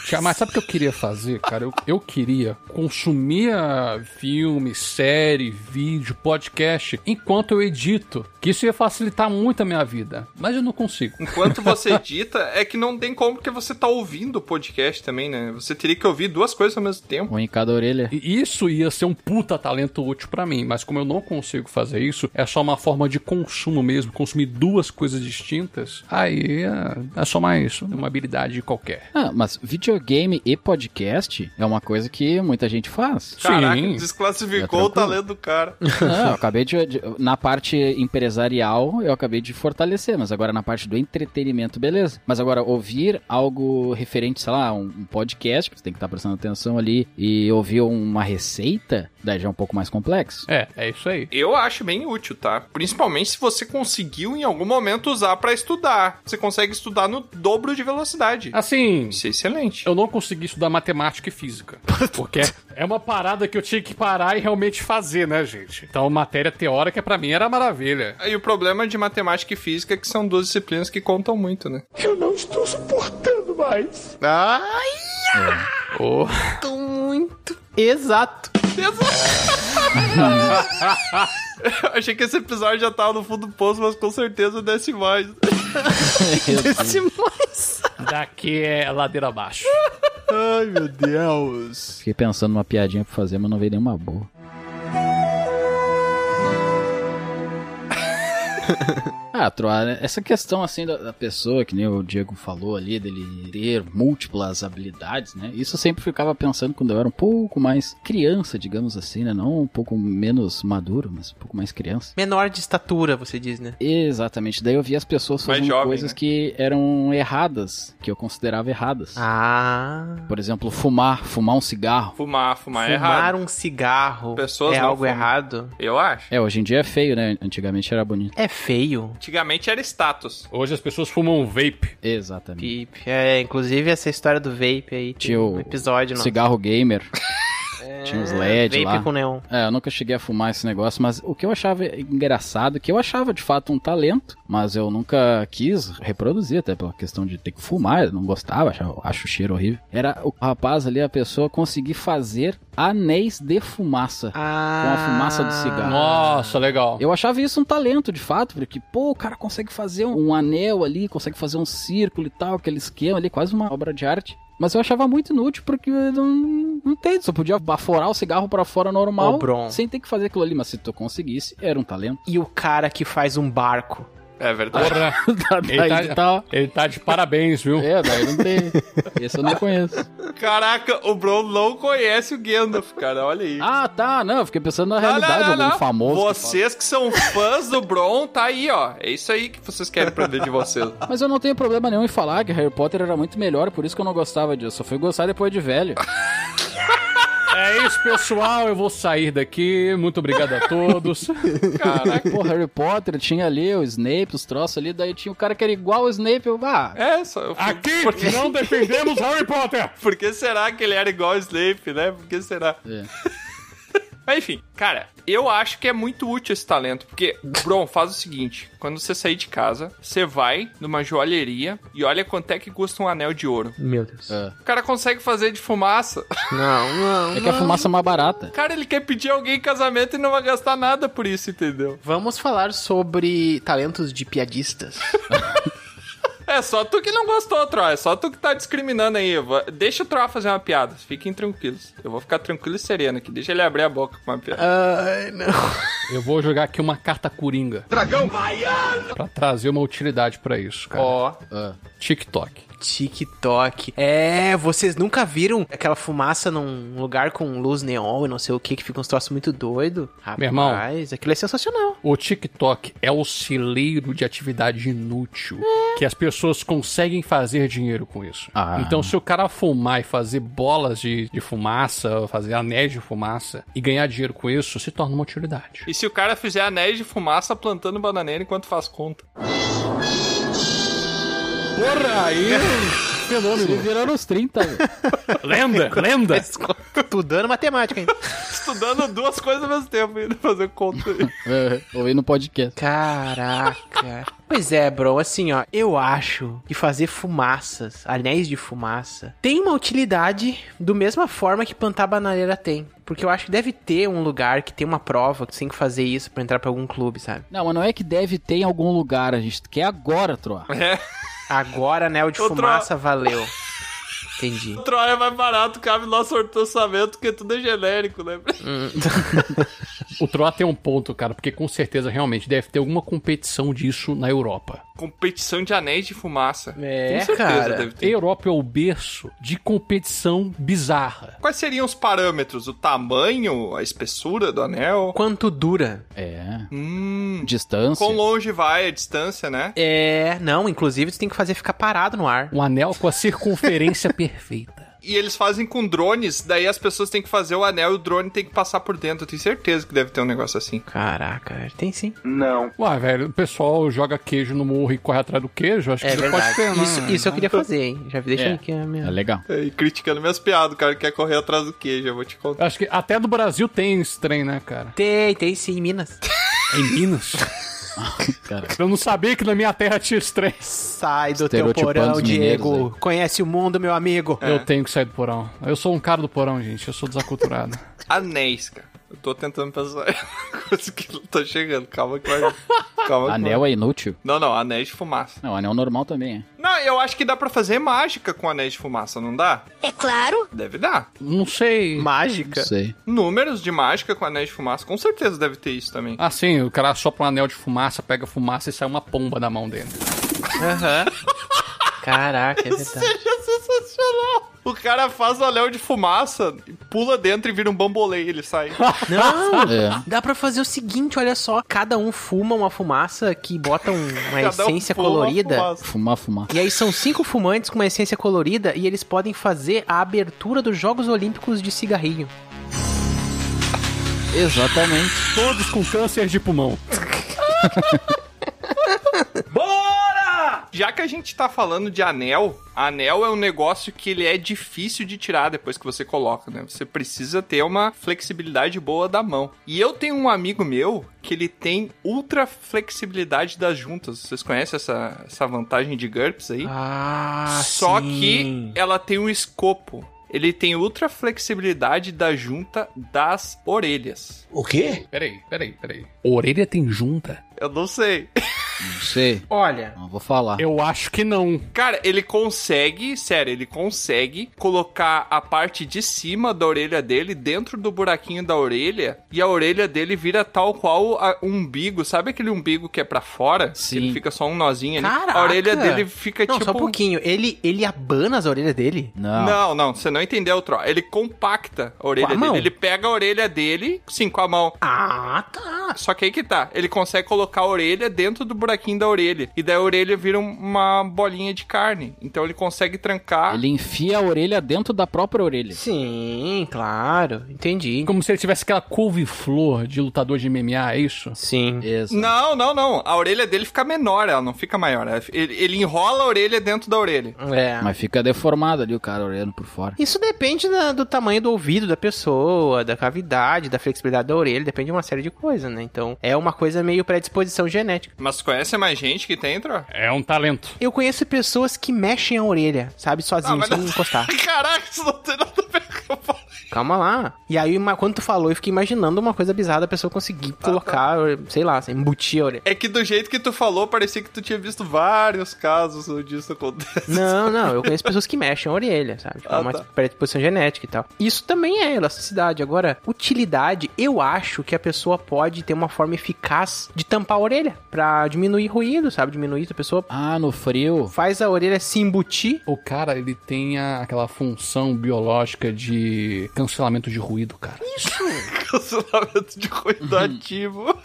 Speaker 4: Tia, Mas sabe o que eu queria fazer, cara? Eu, eu queria consumir ah, filme, série, vídeo, podcast enquanto eu edito. Que isso ia facilitar muito a minha vida. Mas eu não consigo.
Speaker 1: Enquanto você edita, é que não tem como porque você tá ouvindo o podcast também, né? Você teria que ouvir duas coisas ao mesmo tempo.
Speaker 3: Um em cada orelha.
Speaker 4: E Isso ia ser um puta talento útil pra mim, mas como eu não consigo fazer isso, é só uma forma de consumo mesmo, consumir duas coisas distintas. Aí é, é só mais uma habilidade qualquer.
Speaker 3: Ah, mas videogame e podcast é uma coisa que muita gente faz.
Speaker 1: Caraca,
Speaker 3: É
Speaker 1: desclassificou
Speaker 3: tranquilo.
Speaker 1: o talento do cara.
Speaker 3: Não, eu acabei de, de- Na parte empresarial, eu acabei de fortalecer, mas agora na parte do entretenimento, beleza. Mas agora, ouvir algo referente, sei lá, um um podcast podcast, que você tem que estar prestando atenção ali e ouvir uma receita, daí já é um pouco mais complexo.
Speaker 4: É, é isso aí.
Speaker 1: Eu acho bem útil, tá? Principalmente se você conseguiu em algum momento usar para estudar. Você consegue estudar no dobro de velocidade.
Speaker 4: Assim.
Speaker 1: Isso é excelente.
Speaker 4: Eu não consegui estudar matemática e física. Porque é uma parada que eu tinha que parar e realmente fazer, né, gente? Então, matéria teórica para mim era maravilha.
Speaker 1: E o problema de matemática e física é que são duas disciplinas que contam muito, né?
Speaker 17: Eu não estou suportando mais.
Speaker 1: Ai!
Speaker 4: É. Oh.
Speaker 2: Tô muito. Exato.
Speaker 1: Exato. Achei que esse episódio já tava no fundo do poço, mas com certeza desce mais.
Speaker 2: desce mais.
Speaker 4: Daqui é ladeira abaixo.
Speaker 2: Ai, meu Deus.
Speaker 3: Fiquei pensando numa piadinha pra fazer, mas não veio nenhuma boa. Ah, Troa, essa questão assim da, da, pessoa, que nem o Diego falou ali, dele ter múltiplas habilidades, né? Isso eu sempre ficava pensando quando eu era um pouco mais criança, digamos assim, né? Não um pouco menos maduro, mas um pouco mais criança.
Speaker 2: Menor de estatura, você diz, né?
Speaker 3: Exatamente. Daí eu via as pessoas fazendo jovem, coisas né? que eram erradas, que eu considerava erradas.
Speaker 2: Ah.
Speaker 3: Por exemplo, fumar, fumar um cigarro.
Speaker 1: Fumar, fumar,
Speaker 2: fumar
Speaker 1: é errado.
Speaker 2: Fumar um cigarro
Speaker 1: Pessoas
Speaker 2: é algo
Speaker 1: fumam.
Speaker 2: errado?
Speaker 1: Eu acho.
Speaker 3: É, hoje em dia é feio, né? Antigamente era bonito.
Speaker 2: É feio.
Speaker 1: Antigamente era status.
Speaker 4: Hoje as pessoas fumam vape.
Speaker 3: Exatamente.
Speaker 2: Vape. É, inclusive essa história do vape aí.
Speaker 3: Tinha
Speaker 2: um o episódio, não.
Speaker 3: Cigarro gamer. Tinha uns LED
Speaker 2: vape
Speaker 3: lá.
Speaker 2: com neon.
Speaker 3: É, eu nunca cheguei a fumar esse negócio, mas o que eu achava engraçado, que eu achava de fato um talento, mas eu nunca quis reproduzir, até pela questão de ter que fumar, eu não gostava, achava, acho o cheiro horrível. Era o rapaz ali, a pessoa conseguir fazer anéis de fumaça
Speaker 2: ah,
Speaker 3: com a fumaça do cigarro.
Speaker 4: Nossa, legal.
Speaker 3: Eu achava isso um talento, de fato, porque, pô, o cara consegue fazer um anel ali, consegue fazer um círculo e tal, aquele esquema ali, quase uma obra de arte. Mas eu achava muito inútil porque não, não tem, só podia baforar o cigarro para fora normal,
Speaker 2: oh,
Speaker 3: sem ter que fazer aquilo ali, mas se tu conseguisse, era um talento.
Speaker 2: E o cara que faz um barco?
Speaker 1: É verdade.
Speaker 4: Ah, ele, tá, tá... ele, tá, de parabéns, viu?
Speaker 3: É, daí não tem. Esse eu não conheço.
Speaker 1: Caraca, o Bron não conhece o Gandalf, cara. Olha aí.
Speaker 3: Ah, tá. Não, fiquei pensando na realidade, não, não, não, algum famoso.
Speaker 1: Vocês que, que, são fãs do Bron, tá aí, ó. É isso aí que vocês querem aprender de vocês.
Speaker 3: Mas eu não tenho problema nenhum em falar que Harry Potter era muito melhor, por isso que eu não gostava disso. Só fui gostar depois de velho.
Speaker 4: É isso, pessoal. Eu vou sair daqui. Muito obrigado a todos.
Speaker 3: Caraca. Pô, Harry Potter tinha ali o Snape, os troços ali. Daí tinha o um cara que era igual o Snape. Eu, ah,
Speaker 1: é, só eu...
Speaker 4: Aqui porque... não defendemos Harry Potter.
Speaker 1: Por que será que ele era igual o Snape, né? Por que será? É. Mas enfim, cara, eu acho que é muito útil esse talento, porque, Bron, faz o seguinte: quando você sair de casa, você vai numa joalheria e olha quanto é que custa um anel de ouro.
Speaker 2: Meu Deus. É.
Speaker 1: O cara consegue fazer de fumaça.
Speaker 2: Não, não.
Speaker 3: É não. que a fumaça é mais barata.
Speaker 1: Cara, ele quer pedir alguém em casamento e não vai gastar nada por isso, entendeu?
Speaker 2: Vamos falar sobre talentos de piadistas.
Speaker 1: É só tu que não gostou, Troa. É só tu que tá discriminando aí. Deixa o Troa fazer uma piada. Fiquem tranquilos. Eu vou ficar tranquilo e sereno aqui. Deixa ele abrir a boca com uma piada.
Speaker 2: Ai, não.
Speaker 4: Eu vou jogar aqui uma carta coringa.
Speaker 17: Dragão baiano!
Speaker 4: Pra trazer uma utilidade para isso, cara.
Speaker 1: Ó.
Speaker 4: Oh. Uh. TikTok.
Speaker 2: TikTok. É, vocês nunca viram aquela fumaça num lugar com luz neon e não sei o que, que fica um troço muito doido? Rapaz,
Speaker 4: Meu irmão,
Speaker 2: aquilo é sensacional.
Speaker 4: O TikTok é o celeiro de atividade inútil é. que as pessoas conseguem fazer dinheiro com isso.
Speaker 3: Ah.
Speaker 4: Então, se o cara fumar e fazer bolas de, de fumaça, fazer anéis de fumaça e ganhar dinheiro com isso, se torna uma utilidade.
Speaker 1: E se o cara fizer anéis de fumaça plantando bananeira enquanto faz conta?
Speaker 4: Porra, aí.
Speaker 3: Fenômeno. Virando os 30.
Speaker 4: lenda, lenda.
Speaker 2: Estudando matemática ainda.
Speaker 1: Estudando duas coisas ao mesmo tempo, ainda fazer conta.
Speaker 3: é, ouvindo podcast.
Speaker 2: Caraca. Pois é, bro, assim, ó, eu acho que fazer fumaças, anéis de fumaça, tem uma utilidade do mesma forma que plantar bananeira tem. Porque eu acho que deve ter um lugar que tem uma prova que você tem que fazer isso para entrar pra algum clube, sabe?
Speaker 3: Não, mas não é que deve ter em algum lugar, a gente quer agora, Troa.
Speaker 1: É.
Speaker 2: Agora anel de o fumaça tro... valeu. Entendi.
Speaker 1: O Troia é mais barato, cabe no nosso orçamento, porque tudo é genérico, né?
Speaker 4: o Troia tem um ponto, cara, porque com certeza realmente deve ter alguma competição disso na Europa.
Speaker 1: Competição de anéis de fumaça.
Speaker 2: É,
Speaker 1: com certeza
Speaker 2: cara.
Speaker 1: deve ter.
Speaker 4: Europa é o berço de competição bizarra.
Speaker 1: Quais seriam os parâmetros? O tamanho, a espessura do anel?
Speaker 2: Quanto dura?
Speaker 3: É.
Speaker 1: Hum,
Speaker 3: distância.
Speaker 1: Quão longe vai a distância, né?
Speaker 2: É, não, inclusive você tem que fazer ficar parado no ar.
Speaker 4: Um anel com a circunferência perfeita.
Speaker 1: E eles fazem com drones, daí as pessoas têm que fazer o anel e o drone tem que passar por dentro. Eu tenho certeza que deve ter um negócio assim.
Speaker 2: Caraca, velho. Tem sim.
Speaker 4: Não. Ué, velho, o pessoal joga queijo no morro e corre atrás do queijo. Acho
Speaker 2: É
Speaker 4: que
Speaker 2: verdade.
Speaker 4: pode ter, né?
Speaker 2: Isso, isso eu queria fazer, hein? Já
Speaker 1: É.
Speaker 2: deixei aqui a minha.
Speaker 3: É legal.
Speaker 1: E criticando minhas piadas, o cara que quer correr atrás do queijo, eu vou te contar.
Speaker 4: Acho que até do Brasil tem esse trem, né, cara?
Speaker 2: Tem, tem sim, em Minas.
Speaker 4: É Em Minas? Eu não sabia que na minha terra tinha esse trem.
Speaker 2: Sai do teu porão, Diego. Conhece o mundo, meu amigo.
Speaker 4: Eu tenho que sair do porão. Eu sou um cara do porão, gente. Eu sou desaculturado.
Speaker 1: Anéis, cara. Eu tô tentando pensar em coisa que não tá chegando. Calma que vai. Calma que
Speaker 3: Anel
Speaker 1: vai.
Speaker 3: é inútil.
Speaker 1: Não, não, anéis de fumaça.
Speaker 3: Não, anel normal também é.
Speaker 1: Não, eu acho que dá pra fazer mágica com anéis de fumaça, não dá? É claro. Deve dar.
Speaker 4: Não sei.
Speaker 2: Mágica?
Speaker 3: Não sei.
Speaker 1: Números de mágica com anéis de fumaça, com certeza deve ter isso também.
Speaker 4: Ah, sim, o cara sopra um anel de fumaça, pega fumaça e sai uma pomba da mão dele.
Speaker 2: Aham. Caraca, é verdade.
Speaker 1: É sensacional. O cara faz o anel de fumaça, pula dentro e vira um bambolê e ele sai.
Speaker 2: Não!
Speaker 3: É.
Speaker 2: Dá pra fazer o seguinte, olha só. Cada um fuma uma fumaça que bota um- uma
Speaker 1: Cada um
Speaker 2: essência
Speaker 1: fuma uma
Speaker 2: colorida.
Speaker 1: fumaça.
Speaker 3: Fumar, fumar.
Speaker 2: E aí são cinco fumantes com uma essência colorida e eles podem fazer a abertura dos Jogos Olímpicos de cigarrinho.
Speaker 3: Exatamente.
Speaker 4: Todos com câncer de pulmão.
Speaker 1: Já que a gente tá falando de anel, anel é um negócio que ele é difícil de tirar depois que você coloca, né? Você precisa ter uma flexibilidade boa da mão. E eu tenho um amigo meu que ele tem ultra flexibilidade das juntas. Vocês conhecem essa, essa vantagem de GURPS aí?
Speaker 2: Ah,
Speaker 1: Só que ela tem um escopo. Ele tem ultra flexibilidade da junta das orelhas.
Speaker 4: O quê? Peraí, peraí, peraí. Orelha tem junta?
Speaker 1: Eu não sei.
Speaker 3: Não sei.
Speaker 2: Olha,
Speaker 3: Não vou falar.
Speaker 4: Eu acho que não.
Speaker 1: Cara, ele consegue, sério, ele consegue colocar a parte de cima da orelha dele dentro do buraquinho da orelha e a orelha dele vira tal qual a- um umbigo, sabe aquele umbigo que é pra fora?
Speaker 3: Sim.
Speaker 1: Que ele fica só um nozinho ali.
Speaker 2: Caraca!
Speaker 1: A orelha dele fica
Speaker 2: Não,
Speaker 1: tipo
Speaker 2: só um pouquinho. Ele, ele abana as orelhas dele?
Speaker 3: Não.
Speaker 1: Não, não, você não entendeu, Tro. Ele compacta a orelha
Speaker 2: Com a
Speaker 1: dele.
Speaker 2: mão?
Speaker 1: Ele pega a orelha dele, sim, com a mão.
Speaker 2: Ah, tá.
Speaker 1: Só que aí que tá. Ele consegue colocar a orelha dentro do buraquinho da orelha. E daí a orelha vira um- uma bolinha de carne. Então ele consegue trancar.
Speaker 3: Ele enfia a orelha dentro da própria orelha.
Speaker 2: Sim, claro. Entendi.
Speaker 4: Como se ele tivesse aquela couve-flor de lutador de MMA, é isso?
Speaker 2: Sim.
Speaker 3: Exato.
Speaker 1: Não, não, não. A orelha dele fica menor, ela não fica maior. Ela- Ele, ele enrola a orelha dentro da orelha.
Speaker 2: É.
Speaker 3: Mas fica deformado ali o cara olhando por fora.
Speaker 2: Isso depende da- do tamanho do ouvido da pessoa, da cavidade, da flexibilidade da orelha, depende de uma série de coisas, né? Então, é uma coisa meio predisposição genética.
Speaker 1: Mas tu conhece mais gente que tem, Tro?
Speaker 4: É um talento.
Speaker 2: Eu conheço pessoas que mexem a orelha, sabe?
Speaker 1: Ah,
Speaker 2: Sozinho,
Speaker 1: mas-
Speaker 2: sem encostar.
Speaker 1: Caraca, isso não tem nada a ver com o que eu falei.
Speaker 2: Calma lá. E aí, uma- quando tu falou, eu fiquei imaginando uma coisa bizarra da pessoa
Speaker 1: Tá,
Speaker 2: conseguir colocar, sei lá, assim, embutir a orelha.
Speaker 1: É que do jeito que tu falou, parecia que tu tinha visto vários casos onde isso acontece.
Speaker 2: Não, não, eu conheço pessoas que mexem a orelha, sabe? Tipo,
Speaker 1: Ah,
Speaker 2: é uma
Speaker 1: tá.
Speaker 2: predisposição genética e tal. Isso também é elasticidade. Agora, utilidade, eu acho que a pessoa pode ter uma forma eficaz de tampar a orelha pra diminuir ruído, sabe? Diminuir a pessoa
Speaker 3: Ah, no frio.
Speaker 2: faz a orelha se embutir.
Speaker 4: O cara, ele tem a- aquela função biológica de cancelamento de ruído, cara.
Speaker 1: Cancelamento de ruído ativo.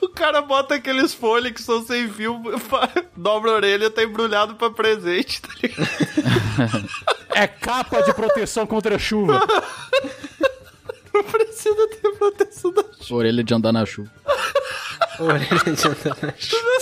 Speaker 1: O cara bota aqueles folhas que são sem fio, dobra a orelha, tá embrulhado pra presente, tá ligado?
Speaker 4: É capa de proteção contra a chuva.
Speaker 1: Não precisa ter proteção da
Speaker 3: Orelha de andar na chuva.
Speaker 2: A orelha de-
Speaker 1: dos meus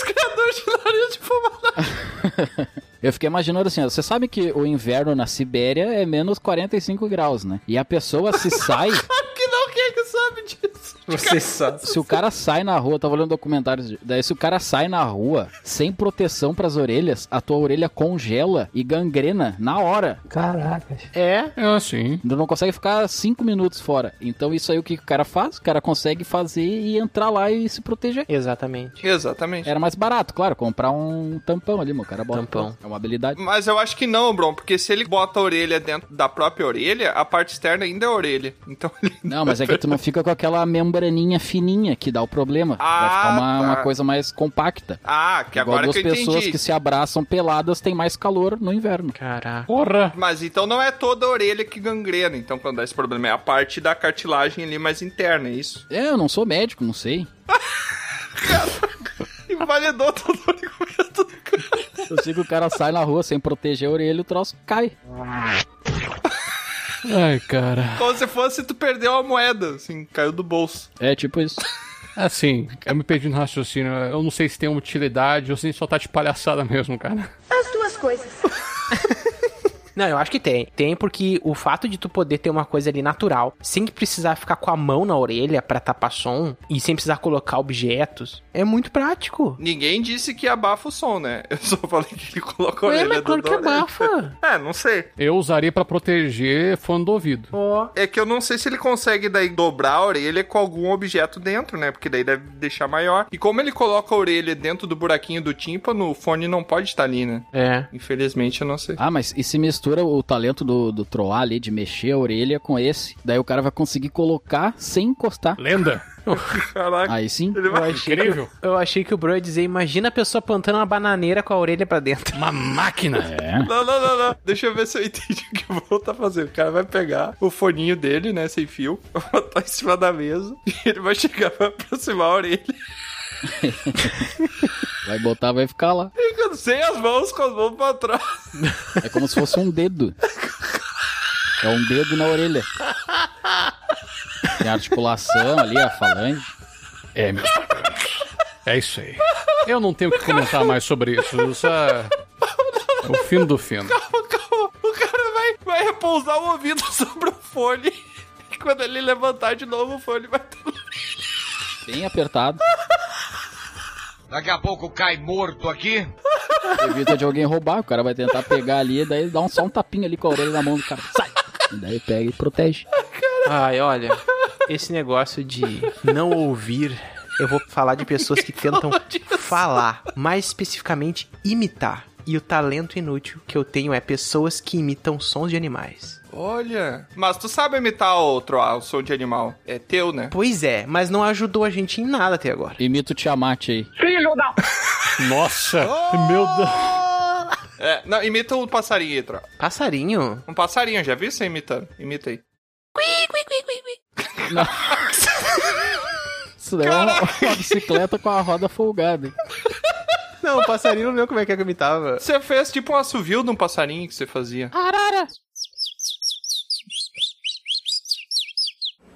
Speaker 1: criadores de nariz de fumada.
Speaker 3: Eu fiquei imaginando assim, ó, você sabe que o inverno na Sibéria é menos 45 graus, né? E a pessoa se sai,
Speaker 1: Claro que não, quem é que sabe disso?
Speaker 2: Você sabe.
Speaker 3: se o cara sai na rua, eu tava olhando documentários, daí se o cara sai na rua sem proteção pras orelhas, a tua orelha congela e gangrena na hora.
Speaker 2: É.
Speaker 4: É assim.
Speaker 3: Tu não consegue ficar cinco minutos fora. Então isso aí o que que o cara faz? O cara consegue fazer e entrar lá e se proteger.
Speaker 2: Exatamente.
Speaker 1: Exatamente.
Speaker 3: Era mais barato, claro, comprar um tampão ali, meu cara. Bota
Speaker 2: Tampão.
Speaker 3: É uma habilidade.
Speaker 1: Mas eu acho que não, Bron, porque se ele bota a orelha dentro da própria orelha, a parte externa ainda é a orelha. Então ele.
Speaker 3: Não, mas é que tu não fica com aquela membraninha fininha que dá o problema. Vai
Speaker 1: Ah,
Speaker 3: ficar uma,
Speaker 1: tá.
Speaker 3: uma coisa mais compacta.
Speaker 1: Ah, que
Speaker 3: Igual
Speaker 1: agora
Speaker 3: duas
Speaker 1: que eu
Speaker 3: pessoas
Speaker 1: entendi.
Speaker 3: que se abraçam peladas têm mais calor no inverno.
Speaker 2: Caraca.
Speaker 4: Porra.
Speaker 1: Mas então não é toda a orelha que gangrena. Então quando dá esse problema é a parte da cartilagem ali mais interna, é isso?
Speaker 3: É, eu não sou médico, não sei.
Speaker 1: Invalidou todo o argumento do cara.
Speaker 3: Eu sei que o cara sai na rua sem proteger a orelha, o troço cai.
Speaker 4: Ai, cara.
Speaker 1: Como se fosse tu perdeu a moeda, assim, caiu do bolso.
Speaker 3: É, tipo isso.
Speaker 4: Assim, eu me perdi no raciocínio. Eu não sei se tem uma utilidade ou se só tá de palhaçada mesmo, cara.
Speaker 18: As duas coisas.
Speaker 2: Não, eu acho que tem. Tem porque o fato de tu poder ter uma coisa ali natural, sem precisar ficar com a mão na orelha pra tapar som e sem precisar colocar objetos, é muito prático.
Speaker 1: Ninguém disse que abafa o som, né? Eu só falei que ele é colocou a
Speaker 2: Ué,
Speaker 1: orelha
Speaker 2: mas
Speaker 1: do
Speaker 2: claro que
Speaker 1: Dora.
Speaker 2: abafa.
Speaker 1: É, não sei.
Speaker 4: Eu usaria pra proteger fone do ouvido.
Speaker 1: É que eu não sei se ele consegue daí dobrar a orelha com algum objeto dentro, né? Porque daí deve deixar maior. E como ele coloca a orelha dentro do buraquinho do tímpano, o fone não pode estar ali, né?
Speaker 2: É.
Speaker 1: Infelizmente eu não sei.
Speaker 3: Ah, mas e se mistura o talento do, do Troá ali de mexer a orelha com esse? Daí o cara vai conseguir colocar sem encostar.
Speaker 4: Lenda!
Speaker 1: Caraca.
Speaker 3: Aí sim.
Speaker 1: Ele vai...
Speaker 4: Incrível.
Speaker 2: Eu achei que o Bro ia dizer, imagina a pessoa plantando uma bananeira com a orelha pra dentro.
Speaker 4: Uma máquina!
Speaker 3: É.
Speaker 1: Não, não, não, não. Deixa eu ver se eu entendi o que eu vou tá fazendo. O cara vai pegar o foninho dele, né? Sem fio, vai botar em cima da mesa e ele vai chegar vai aproximar a orelha.
Speaker 3: Vai botar, vai ficar lá.
Speaker 1: Ficando sem as mãos, com as mãos pra trás.
Speaker 3: É como se fosse um dedo. É um dedo na orelha. Tem articulação ali, a falange.
Speaker 4: É, meus patrões. É isso aí. Eu não tenho o que comentar mais sobre isso. Isso é... é o fim do fim.
Speaker 1: Calma, calma. O cara vai, vai repousar o ouvido sobre o fone. E quando ele levantar de novo, o fone vai estar
Speaker 3: Bem apertado.
Speaker 11: Daqui a pouco cai morto aqui.
Speaker 3: Evita de alguém roubar. O cara vai tentar pegar ali, daí dá um, só um tapinha ali com a orelha na mão do cara. Sai! E daí pega e protege.
Speaker 2: Ai, olha, esse negócio de não ouvir. Eu vou falar de pessoas que tentam falar, mais especificamente imitar. E o talento inútil que eu tenho é pessoas que imitam sons de animais.
Speaker 1: Olha. Mas tu sabe imitar o troar, o som de animal. É teu, né?
Speaker 2: Pois é, mas não ajudou a gente em nada até agora.
Speaker 3: Imita o Tiamat aí.
Speaker 17: Filho da.
Speaker 4: Nossa! Meu Deus!
Speaker 1: É, não, imita o passarinho aí, Troá.
Speaker 2: Passarinho?
Speaker 1: Um passarinho, já viu você imitando? Imita aí.
Speaker 3: Isso daí é uma, uma bicicleta com a roda folgada. hein?
Speaker 2: Não, o passarinho não lembro como é que eu imitava.
Speaker 1: Você fez tipo um assovio de um passarinho que você fazia.
Speaker 18: Arara!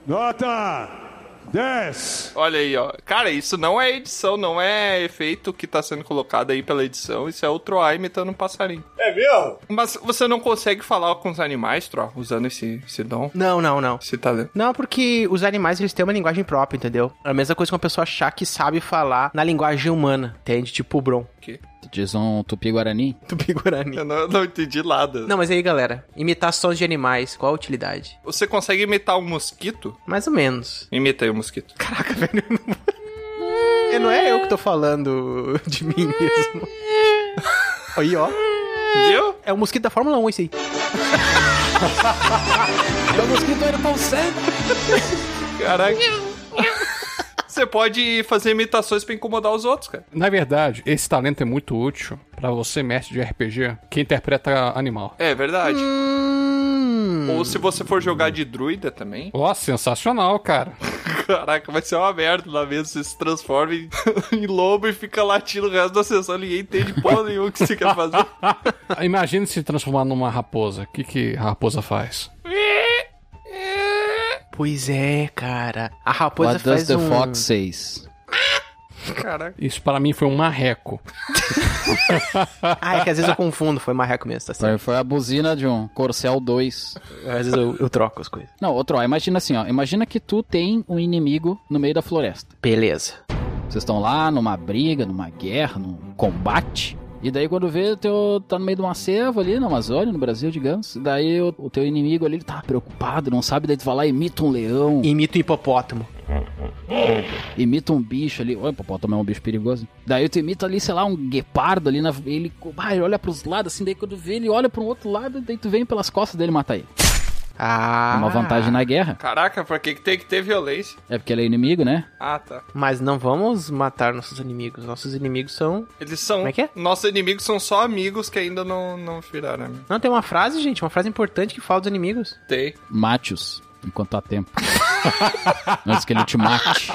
Speaker 17: Nota 10.
Speaker 1: Olha aí, ó. Cara, isso não é edição, não é efeito que tá sendo colocado aí pela edição. Isso é o Troá imitando um passarinho.
Speaker 17: É mesmo?
Speaker 1: Mas você não consegue falar com os animais, Troá, usando esse, esse dom,
Speaker 2: Não, não, não.
Speaker 1: esse talento.
Speaker 2: Não, porque os animais eles têm uma linguagem própria, entendeu? É a mesma coisa que uma pessoa achar que sabe falar na linguagem humana, entende? Tipo o Bron,
Speaker 3: Tu Diz um tupi-guarani.
Speaker 2: do Pigurani.
Speaker 1: Eu não, eu não entendi nada.
Speaker 2: Não, mas aí, galera, imitar sons de animais, qual a utilidade?
Speaker 1: Você consegue imitar um mosquito?
Speaker 2: Mais ou menos.
Speaker 1: Imita aí o mosquito.
Speaker 2: Caraca, velho, eu não... É, não é eu que tô falando de mim mesmo. Aí, ó.
Speaker 1: Viu?
Speaker 2: É o mosquito da Fórmula 1 esse aí.
Speaker 3: É o mosquito Airpão Santo.
Speaker 1: Caraca. Você pode fazer imitações pra incomodar os outros, cara.
Speaker 4: Na verdade, esse talento é muito útil pra você, mestre de RPG, que interpreta animal.
Speaker 1: É verdade. Ou se você for jogar de druida também.
Speaker 4: Ó, sensacional, cara.
Speaker 1: Caraca, vai ser uma merda lá mesmo. Você se transforma em, em lobo e fica latindo o resto da sessão. Ninguém entende porra nenhuma o que você quer fazer.
Speaker 4: Imagina se transformar numa raposa. O que, que a raposa faz?
Speaker 2: Pois é, cara. A raposa
Speaker 3: What does
Speaker 2: faz
Speaker 3: the
Speaker 2: um...
Speaker 3: fox says?
Speaker 1: Caraca.
Speaker 4: Isso pra mim foi um marreco.
Speaker 2: Ah, é que às vezes eu confundo, foi marreco mesmo, tá
Speaker 3: Pra
Speaker 2: certo?
Speaker 3: mim Foi a buzina de um Corcel 2.
Speaker 2: Às vezes eu, eu troco as coisas.
Speaker 3: Não, outro, ó, imagina assim, ó. Imagina que tu tem um inimigo no meio da floresta.
Speaker 2: Beleza.
Speaker 3: Vocês estão lá numa briga, numa guerra, num combate. E daí quando vê, teu, tá no meio de uma selva ali, na Amazônia, no Brasil, digamos. Daí o, o teu inimigo ali, ele tá preocupado, não sabe, daí tu vai lá e imita um leão,
Speaker 2: Imito hipopótamo.
Speaker 3: imita um bicho ali. Oi, papai, também é um bicho perigoso. Daí tu imita ali, sei lá, um guepardo ali, na, ele, ah, ele olha pros lados, assim, daí quando vê, ele olha pro outro lado, daí tu vem pelas costas dele e mata ele.
Speaker 2: Ah.
Speaker 3: É uma vantagem na guerra.
Speaker 1: Caraca, pra que que tem que ter violência?
Speaker 3: É porque ele é inimigo, né?
Speaker 1: Ah, tá.
Speaker 2: Mas não vamos matar nossos inimigos. Nossos inimigos são.
Speaker 1: Eles são.
Speaker 2: Como é que é?
Speaker 1: Nossos inimigos são só amigos que ainda não, não viraram amigos.
Speaker 2: Não, tem uma frase, gente, uma frase importante que fala dos inimigos.
Speaker 1: Tem.
Speaker 3: Mate-os enquanto há tempo. Antes que ele te mate.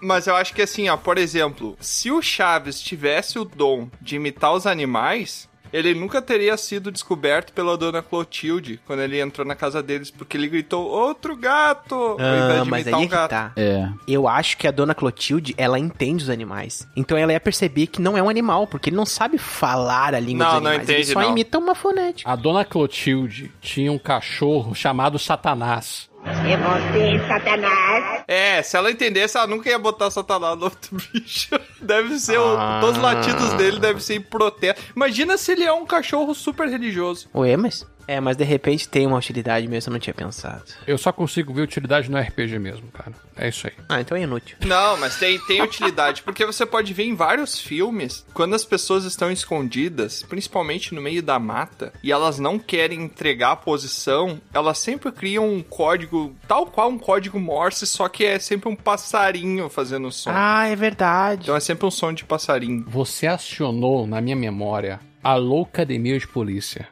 Speaker 1: Mas eu acho que assim, ó, por exemplo, se o Chaves tivesse o dom de imitar os animais, Ele nunca teria sido descoberto pela dona Clotilde quando ele entrou na casa deles, porque ele gritou outro gato!
Speaker 2: Ah, mas aí é
Speaker 1: um
Speaker 2: que tá.
Speaker 3: É.
Speaker 2: Eu acho que a dona Clotilde, ela entende os animais. Então ela ia perceber que não é um animal, porque ele não sabe falar a língua
Speaker 1: Não,
Speaker 2: dos
Speaker 1: não
Speaker 2: animais. ele
Speaker 1: entende,
Speaker 2: só
Speaker 1: não.
Speaker 2: imita uma fonética.
Speaker 4: A dona Clotilde tinha um cachorro chamado Satanás.
Speaker 7: É você, Satanás.
Speaker 1: É, se ela entendesse, ela nunca ia botar Satanás no outro bicho. Deve ser. o-
Speaker 2: Ah.
Speaker 1: todos os latidos dele devem ser em protesto. Imagina se ele é um cachorro super religioso.
Speaker 2: Ué, mas... É, mas de repente tem uma utilidade mesmo, eu não tinha pensado.
Speaker 4: Eu só consigo ver utilidade no RPG mesmo, cara. É isso aí.
Speaker 2: Ah, então é inútil.
Speaker 1: Não, mas tem, tem utilidade, porque você pode ver em vários filmes, quando as pessoas estão escondidas, principalmente no meio da mata, e elas não querem entregar a posição, elas sempre criam um código, tal qual um código Morse, só que é sempre um passarinho fazendo som.
Speaker 2: Ah, é verdade.
Speaker 1: Então é sempre um som de passarinho.
Speaker 4: Você acionou na minha memória a Loucademia de Polícia.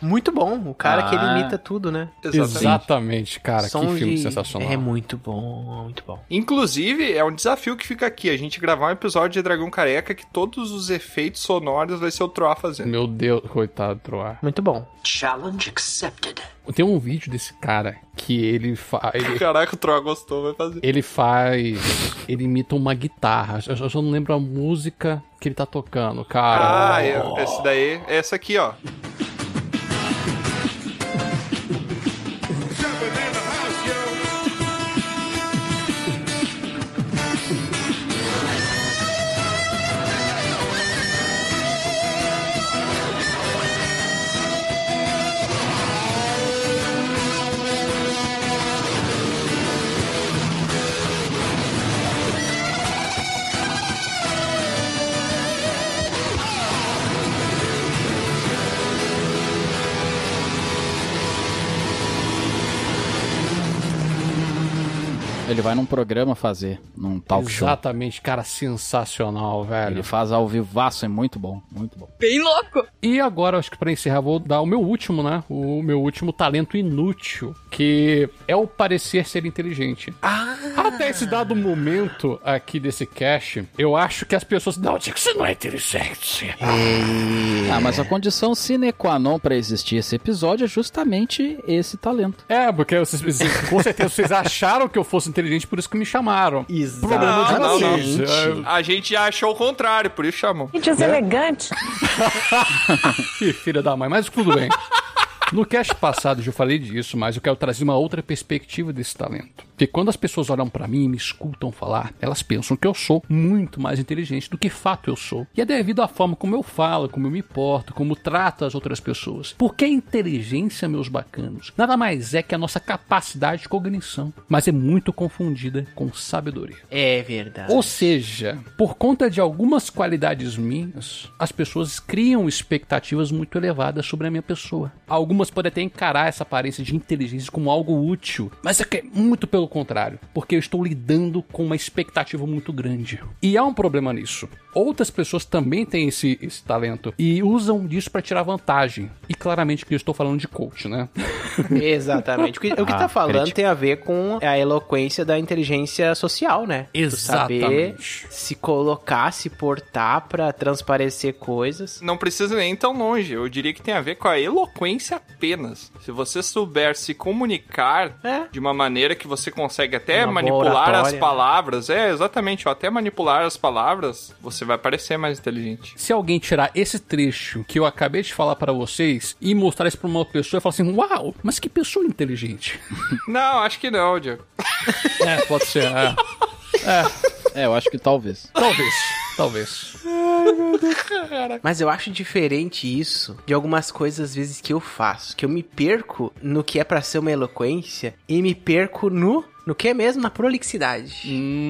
Speaker 2: Muito bom, o cara que ele
Speaker 4: Ah.
Speaker 2: imita tudo, né?
Speaker 4: Exatamente, cara.
Speaker 2: Som
Speaker 4: que filme
Speaker 2: de-
Speaker 4: sensacional.
Speaker 2: É muito bom, é muito bom.
Speaker 1: Inclusive, é um desafio que fica aqui, a gente gravar um episódio de Dragão Careca que todos os efeitos sonoros vai ser o Troá fazendo.
Speaker 4: Meu Deus, coitado do Troar.
Speaker 2: Muito bom.
Speaker 1: Challenge accepted.
Speaker 4: Tem um vídeo desse cara que ele faz.
Speaker 1: Caraca, o Troá gostou, vai fazer.
Speaker 4: Ele faz. Ele imita uma guitarra. Eu só- eu só não lembro a música que ele tá tocando, cara.
Speaker 1: Ah, é, esse daí, é essa aqui, ó.
Speaker 3: Ele vai num programa fazer, num talk show.
Speaker 4: Exatamente, cara, sensacional, velho.
Speaker 3: Ele faz ao vivaço, é muito bom, muito bom.
Speaker 4: Bem louco! E agora, acho que pra encerrar, vou dar o meu último, né? O meu último talento inútil, que é o parecer ser inteligente. Até esse dado momento aqui desse cast, eu acho que as pessoas. Não, Tico, você não é inteligente.
Speaker 3: Ah, mas a condição sine qua non pra existir esse episódio é justamente esse talento.
Speaker 4: É, porque vocês, vocês- com certeza vocês acharam que eu fosse inteligente, por isso que me chamaram. assim, é, Problema de
Speaker 1: Não, não,
Speaker 4: vocês.
Speaker 1: não. A gente achou o contrário, por isso chamou.
Speaker 4: deselegante. que filha da mãe, mas tudo bem. No cast passado eu já falei disso, mas eu quero trazer uma outra perspectiva desse talento. Porque quando as pessoas olham pra mim e me escutam falar, elas pensam que eu sou muito mais inteligente do que fato eu sou. E é devido à forma como eu falo, como eu me porto, como trato as outras pessoas. Porque a inteligência, meus bacanos, nada mais é que a nossa capacidade de cognição, mas é muito confundida com sabedoria.
Speaker 2: É verdade.
Speaker 4: Ou seja, por conta de algumas qualidades minhas, as pessoas criam expectativas muito elevadas sobre a minha pessoa. Algumas podem até encarar essa aparência de inteligência como algo útil, mas é que é muito pelo contrário, porque eu estou lidando com uma expectativa muito grande. E há um problema nisso. Outras pessoas também têm esse, esse talento e usam disso para tirar vantagem. E claramente que eu estou falando de coach, né?
Speaker 2: Exatamente. O que, o que
Speaker 4: Ah,
Speaker 2: tá falando
Speaker 4: crítica.
Speaker 2: tem a ver com é, a eloquência da inteligência social, né? Tu Saber
Speaker 4: Exatamente.
Speaker 2: se colocar, se portar pra transparecer coisas.
Speaker 1: Não precisa nem ir tão longe. Eu diria que tem a ver com a eloquência apenas. Se você souber se comunicar de uma maneira que você consegue até
Speaker 2: É. Uma boa
Speaker 1: manipular as
Speaker 2: oratória, né?
Speaker 1: palavras, é exatamente, ó, até manipular as palavras, você vai parecer mais inteligente.
Speaker 4: Se alguém tirar esse trecho que eu acabei de falar pra vocês e mostrar isso pra uma outra pessoa e falar assim: Uau, mas que pessoa inteligente.
Speaker 1: Não, acho que não, Diego.
Speaker 4: é, pode ser. É.
Speaker 3: É, eu acho que talvez.
Speaker 4: Talvez, talvez.
Speaker 2: Ai, meu Deus, cara. Mas eu acho diferente isso de algumas coisas às vezes que eu faço, que eu me perco no que é pra ser uma eloquência e me perco no no que é mesmo na prolixidade.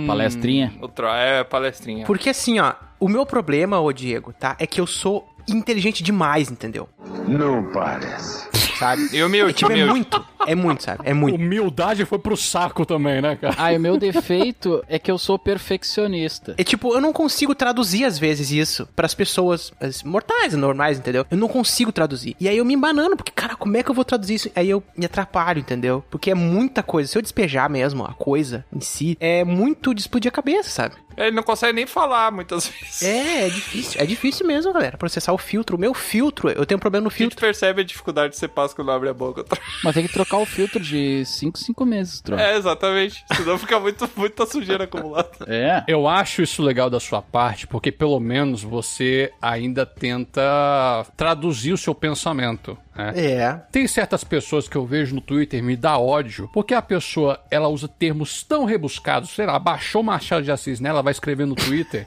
Speaker 3: Palestrinha.
Speaker 1: Outra é palestrinha.
Speaker 2: Porque assim, ó, o meu problema, ô Diego, tá? É que eu sou inteligente demais, entendeu?
Speaker 14: Não parece.
Speaker 2: Sabe?
Speaker 1: E humilde,
Speaker 2: É, tipo, é
Speaker 1: humilde.
Speaker 2: muito. É muito, sabe? É muito.
Speaker 4: Humildade foi pro saco também, né, cara?
Speaker 3: Ah, o meu defeito é que eu sou perfeccionista.
Speaker 2: É tipo, eu não consigo traduzir às vezes isso para as pessoas as mortais, normais, entendeu? Eu não consigo traduzir. E aí eu me embanando, porque, cara, como é que eu vou traduzir isso? Aí eu me atrapalho, entendeu? Porque é muita coisa. Se eu despejar mesmo a coisa em si, é muito de explodir a cabeça, sabe?
Speaker 1: Ele não consegue nem falar muitas vezes.
Speaker 2: É, é difícil. É difícil mesmo, galera. Processar o filtro. O meu filtro, eu tenho um problema no filtro.
Speaker 1: A gente percebe a dificuldade de ser paz quando abre a boca.
Speaker 3: Mas tem que trocar o filtro de 5 5 meses, troca.
Speaker 1: É, exatamente. Senão fica muito, muita sujeira acumulada.
Speaker 4: É. Eu acho isso legal da sua parte, porque pelo menos você ainda tenta traduzir o seu pensamento. Né?
Speaker 2: É.
Speaker 4: Tem certas pessoas que eu vejo no Twitter me dá ódio, porque a pessoa ela usa termos tão rebuscados, sei lá, baixou Machado de Assis nela, né? vai escrever no Twitter.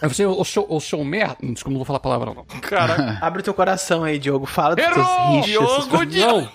Speaker 4: Aí você, o seu, o seu merda. Desculpa, não vou falar a palavra, não.
Speaker 2: Cara, abre o teu coração aí, Diogo. Fala dos
Speaker 1: Errou!
Speaker 2: teus rixas.
Speaker 1: Diogo, Diogo.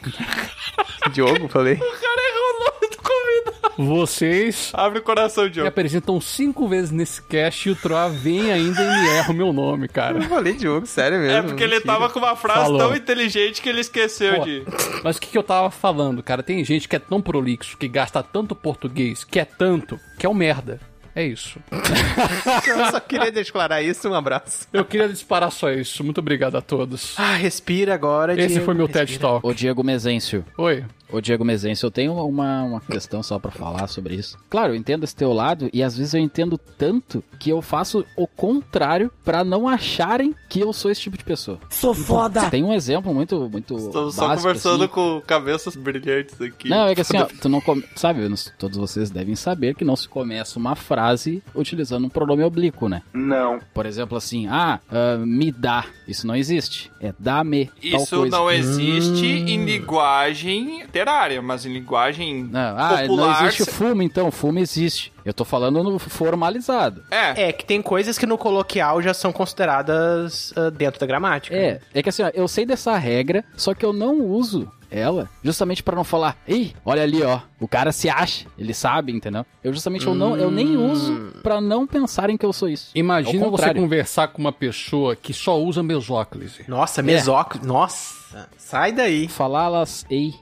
Speaker 2: Diogo, falei.
Speaker 1: O cara errou o nome do convidado.
Speaker 4: Vocês
Speaker 1: Abre o coração,
Speaker 4: me
Speaker 1: Diogo.
Speaker 4: apresentam cinco vezes nesse cast e o Troá vem ainda e me erra o meu nome, cara.
Speaker 2: Eu falei Diogo, sério mesmo.
Speaker 1: É porque ele tava com uma frase
Speaker 4: Falou.
Speaker 1: tão inteligente que ele esqueceu
Speaker 4: Pô,
Speaker 1: de.
Speaker 4: Mas o que, que eu tava falando, cara? Tem gente que é tão prolixo, que gasta tanto português, que é tanto, que é um merda. É isso.
Speaker 2: Eu só queria declarar isso. Um abraço.
Speaker 4: Eu queria disparar só isso. Muito obrigado a todos.
Speaker 2: Ah, respira agora,
Speaker 4: Esse
Speaker 2: Diego,
Speaker 4: foi meu
Speaker 2: respira.
Speaker 4: TED Talk.
Speaker 3: Ô, Diego Mezencio.
Speaker 4: Oi.
Speaker 3: Ô, Diego Mezencio, eu tenho uma, uma questão só pra falar sobre isso. Claro, eu entendo esse teu lado e às vezes eu entendo tanto que eu faço o contrário pra não acharem que eu sou esse tipo de pessoa.
Speaker 7: Sou foda.
Speaker 3: Tem um exemplo muito, muito
Speaker 1: Estamos só
Speaker 3: básico,
Speaker 1: conversando
Speaker 3: assim.
Speaker 1: com cabeças brilhantes aqui.
Speaker 3: Não, é que assim, ó, tu não come... sabe, nós- todos vocês devem saber que não se começa uma frase utilizando um pronome oblíquo, né?
Speaker 12: Não.
Speaker 3: Por exemplo, assim, ah, ah, me dá. Isso não existe. É dá-me. tal
Speaker 1: Isso
Speaker 3: coisa. Hum.
Speaker 1: não existe em linguagem literária, mas em linguagem
Speaker 3: Não, ah,
Speaker 1: popular.
Speaker 3: não existe fumo, então. Fumo existe. Eu tô falando no formalizado.
Speaker 1: É.
Speaker 2: É, que tem coisas que no coloquial já são consideradas ah, dentro da gramática.
Speaker 3: É, é que assim, ó, eu sei dessa regra, só que eu não uso ela justamente pra não falar, ei, olha ali, ó, o cara se acha, ele sabe, entendeu? Eu justamente eu não, eu nem
Speaker 1: Hum.
Speaker 3: uso pra não pensarem que eu sou isso.
Speaker 4: Imagina
Speaker 3: Ao
Speaker 4: você
Speaker 3: contrário.
Speaker 4: conversar com uma pessoa que só usa mesóclise.
Speaker 2: Nossa, mesóclise. Nossa, sai daí.
Speaker 3: Falá-las, ei.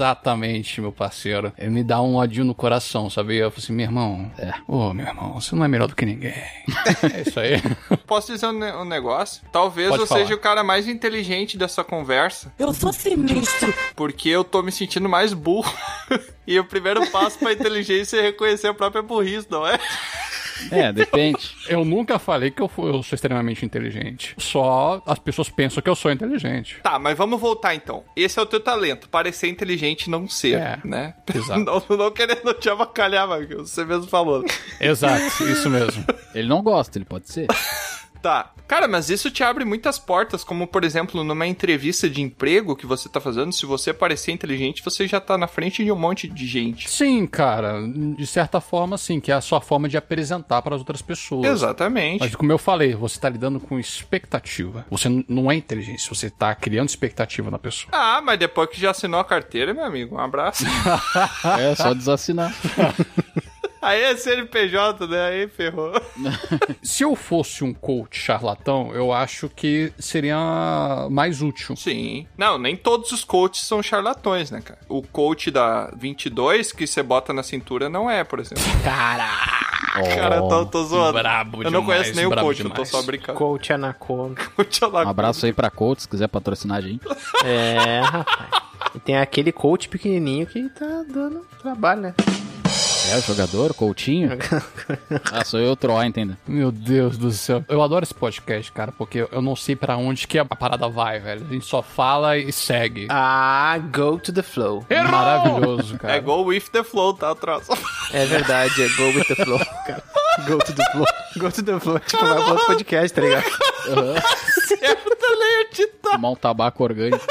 Speaker 4: Exatamente, meu parceiro. É, Me dá um ódio no coração, sabia? Eu falei assim, meu irmão. Ô, meu irmão, você não é melhor do que ninguém. é isso aí.
Speaker 1: Posso dizer um, ne- um negócio? Talvez
Speaker 4: Pode
Speaker 1: eu
Speaker 4: falar.
Speaker 1: seja o cara mais inteligente dessa conversa,
Speaker 7: Eu sou sinistro.
Speaker 1: porque eu tô me sentindo mais burro. e o primeiro passo pra inteligência é reconhecer a própria burrice, não é?
Speaker 3: É, depende.
Speaker 4: Eu nunca falei que eu, fu- eu sou extremamente inteligente. Só as pessoas pensam que eu sou inteligente.
Speaker 1: Tá, mas vamos voltar então. Esse é o teu talento, parecer inteligente e não ser,
Speaker 4: É.
Speaker 1: né?
Speaker 3: Tá.
Speaker 4: Exato.
Speaker 1: Não, não querendo te avacalhar, mas você mesmo falou.
Speaker 4: Exato, isso mesmo.
Speaker 3: Ele não gosta, ele pode ser.
Speaker 1: Tá. Cara, mas isso te abre muitas portas, como por exemplo, numa entrevista de emprego que você tá fazendo, se você parecer inteligente, você já tá na frente de um monte de gente.
Speaker 4: Sim, cara. De certa forma, sim, que é a sua forma de apresentar para as outras pessoas.
Speaker 1: Exatamente.
Speaker 4: Mas como eu falei, você tá lidando com expectativa. Você n- não é inteligência, você tá criando expectativa na pessoa.
Speaker 1: Ah, mas depois que já assinou a carteira, meu amigo, um abraço.
Speaker 3: É só desassinar.
Speaker 1: Aí é CNPJ, né? Aí ferrou.
Speaker 4: Se eu fosse um coach charlatão, eu acho que seria mais útil.
Speaker 1: Sim. Não, nem todos os coaches são charlatões, né, cara? O coach da 22 que você bota na cintura não é, por exemplo. Cara, eu tô, tô zoando.
Speaker 4: brabo
Speaker 1: eu não
Speaker 4: demais,
Speaker 1: conheço nem o
Speaker 4: brabo
Speaker 1: coach, eu tô
Speaker 4: demais.
Speaker 1: só brincando.
Speaker 2: Coach Anaconda.
Speaker 1: Coach
Speaker 3: Um abraço aí pra Colt, se quiser patrocinar a gente.
Speaker 2: É, rapaz. E tem aquele coach pequenininho que tá dando trabalho, né?
Speaker 3: É o jogador, Coutinho. Ah, sou eu, Troá, entendeu?
Speaker 4: Meu Deus do céu. Eu adoro esse podcast, cara, porque eu não sei pra onde que a parada vai, velho. A gente só fala e segue.
Speaker 2: ah, go to the flow.
Speaker 4: Maravilhoso, cara. Ah,
Speaker 1: É go with the flow, tá, atrás.
Speaker 2: É verdade, é go with the flow, cara. Go to the flow. Go to the flow, tipo, vai pro outro podcast, tá ligado?
Speaker 1: Certa lei de tá.
Speaker 3: Fumar um tabaco orgânico.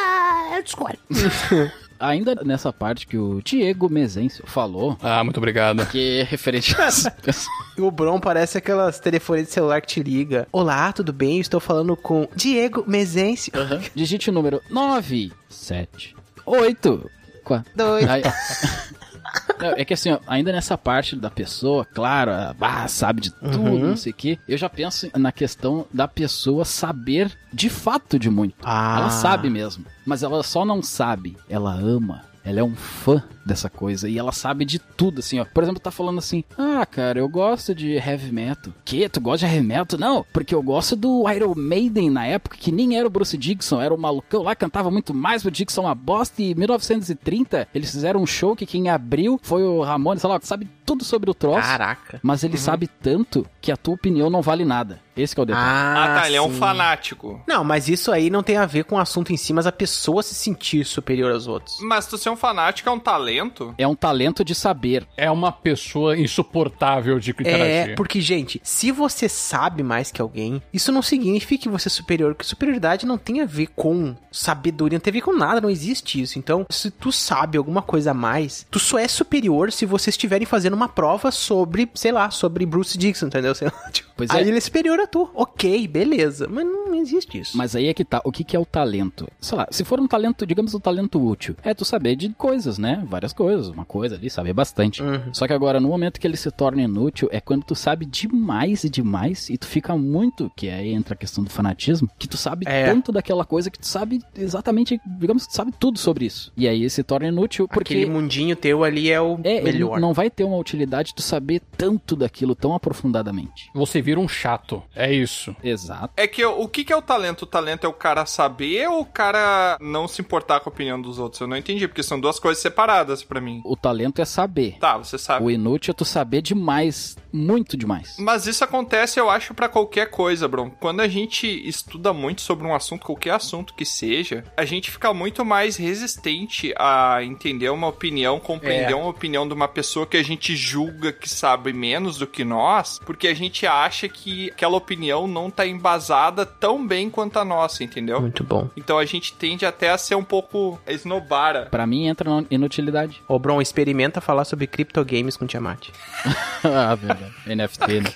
Speaker 7: Ah, eu discordo.
Speaker 3: Ainda nessa parte que o Diego Mezencio falou,
Speaker 4: Ah, muito obrigado.
Speaker 3: que é referente às pessoas.
Speaker 2: O Bron parece aquelas telefones de celular que te liga. Olá, tudo bem? Estou falando com Diego Mezencio.
Speaker 3: Digite o número 9, 7, 8, 4.
Speaker 2: Dois.
Speaker 3: Aí, Não, é que assim, ó, ainda nessa parte da pessoa, claro, ela, bah, sabe de tudo,
Speaker 2: Uhum.
Speaker 3: não sei o quê. Eu já penso na questão da pessoa saber de fato de muito.
Speaker 2: Ah.
Speaker 3: Ela sabe mesmo. Mas ela só não sabe. Ela ama. Ela é um fã dessa coisa e ela sabe de tudo, assim, ó. Por exemplo, tá falando assim: Ah, cara, eu gosto de heavy metal. Que? Tu gosta de heavy metal? Não, porque eu gosto do Iron Maiden na época, que nem era o Bruce Dixon, era o malucão lá, cantava muito mais. O Dixon é uma bosta. E em 1930, eles fizeram um show que quem abriu foi o Ramones, sei lá, sabe tudo sobre o troço.
Speaker 2: Caraca.
Speaker 3: Mas ele sabe tanto que a tua opinião não vale nada. Esse que é o detalhe.
Speaker 1: Ah, tá, ele é um
Speaker 2: sim.
Speaker 1: fanático.
Speaker 2: Não, mas isso aí não tem a ver com o assunto em si, mas a pessoa se sentir superior aos outros.
Speaker 1: Mas tu ser um fanático é um talento?
Speaker 3: É um talento de saber.
Speaker 4: É uma pessoa insuportável de interagir.
Speaker 2: É, porque, gente, se você sabe mais que alguém, isso não significa que você é superior, porque superioridade não tem a ver com sabedoria, não tem a ver com nada, não existe isso. Então, se tu sabe alguma coisa a mais, tu só é superior se vocês estiverem fazendo uma prova sobre, sei lá, sobre Bruce Dixon, entendeu? Sei lá, tipo,
Speaker 3: Pois
Speaker 2: aí
Speaker 3: é.
Speaker 2: ele é superior a tu. Ok, beleza. Mas não existe isso.
Speaker 3: Mas aí é que tá, o que que é o talento? Sei lá, se for um talento, digamos um talento útil, é tu saber de coisas, né? Várias coisas, uma coisa ali, saber bastante.
Speaker 2: Uhum.
Speaker 3: Só que agora, no momento que ele se torna inútil, é quando tu sabe demais e demais, e tu fica muito, que aí entra a questão do fanatismo, que tu sabe
Speaker 2: É.
Speaker 3: tanto daquela coisa que tu sabe exatamente, digamos que tu sabe tudo sobre isso. E aí se torna inútil, porque...
Speaker 2: Aquele mundinho teu ali é o
Speaker 3: é, ele
Speaker 2: melhor.
Speaker 3: não vai ter uma utilidade tu saber tanto daquilo tão aprofundadamente.
Speaker 4: Você vira um chato. É isso.
Speaker 3: Exato.
Speaker 1: É que o que, que é o talento? O talento é o cara saber ou o cara não se importar com a opinião dos outros? Eu não entendi, porque são duas coisas separadas pra mim.
Speaker 3: O talento é saber.
Speaker 1: Tá, você sabe.
Speaker 3: O inútil é tu saber demais, muito demais.
Speaker 1: Mas isso acontece, eu acho, pra qualquer coisa, Bron. Quando a gente estuda muito sobre um assunto, qualquer assunto que seja, a gente fica muito mais resistente a entender uma opinião, compreender
Speaker 4: É.
Speaker 1: uma opinião de uma pessoa que a gente julga que sabe menos do que nós, porque a gente acha que aquela opinião não tá embasada tão bem quanto a nossa, entendeu?
Speaker 2: Muito bom.
Speaker 1: Então a gente tende até a ser um pouco esnobara.
Speaker 3: Pra mim entra na inutilidade.
Speaker 2: Ô, Bron, experimenta falar sobre criptogames com Tiamat.
Speaker 3: ah, verdade. NFT, né?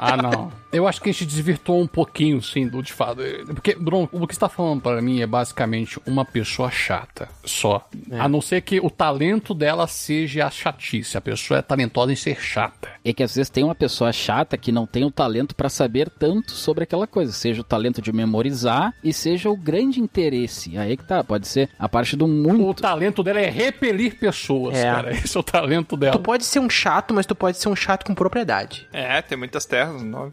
Speaker 4: Ah, não. Eu acho que a gente desvirtuou um pouquinho, sim, do de fato. Porque, Bruno, o que você tá falando pra mim é basicamente uma pessoa chata. Só. A não ser que o talento dela seja a chatice. A pessoa é talentosa em ser chata.
Speaker 3: É que às vezes tem uma pessoa chata que não tem o talento pra saber tanto sobre aquela coisa, seja o talento de memorizar e seja o grande interesse. Aí que tá, pode ser a parte do
Speaker 4: O
Speaker 3: muito.
Speaker 4: talento dela é repelir pessoas,
Speaker 2: É.
Speaker 4: cara. Esse é o talento
Speaker 2: Tu
Speaker 4: dela.
Speaker 2: pode ser um chato, mas tu pode ser um chato com propriedade.
Speaker 1: É, tem muitas terras no nome.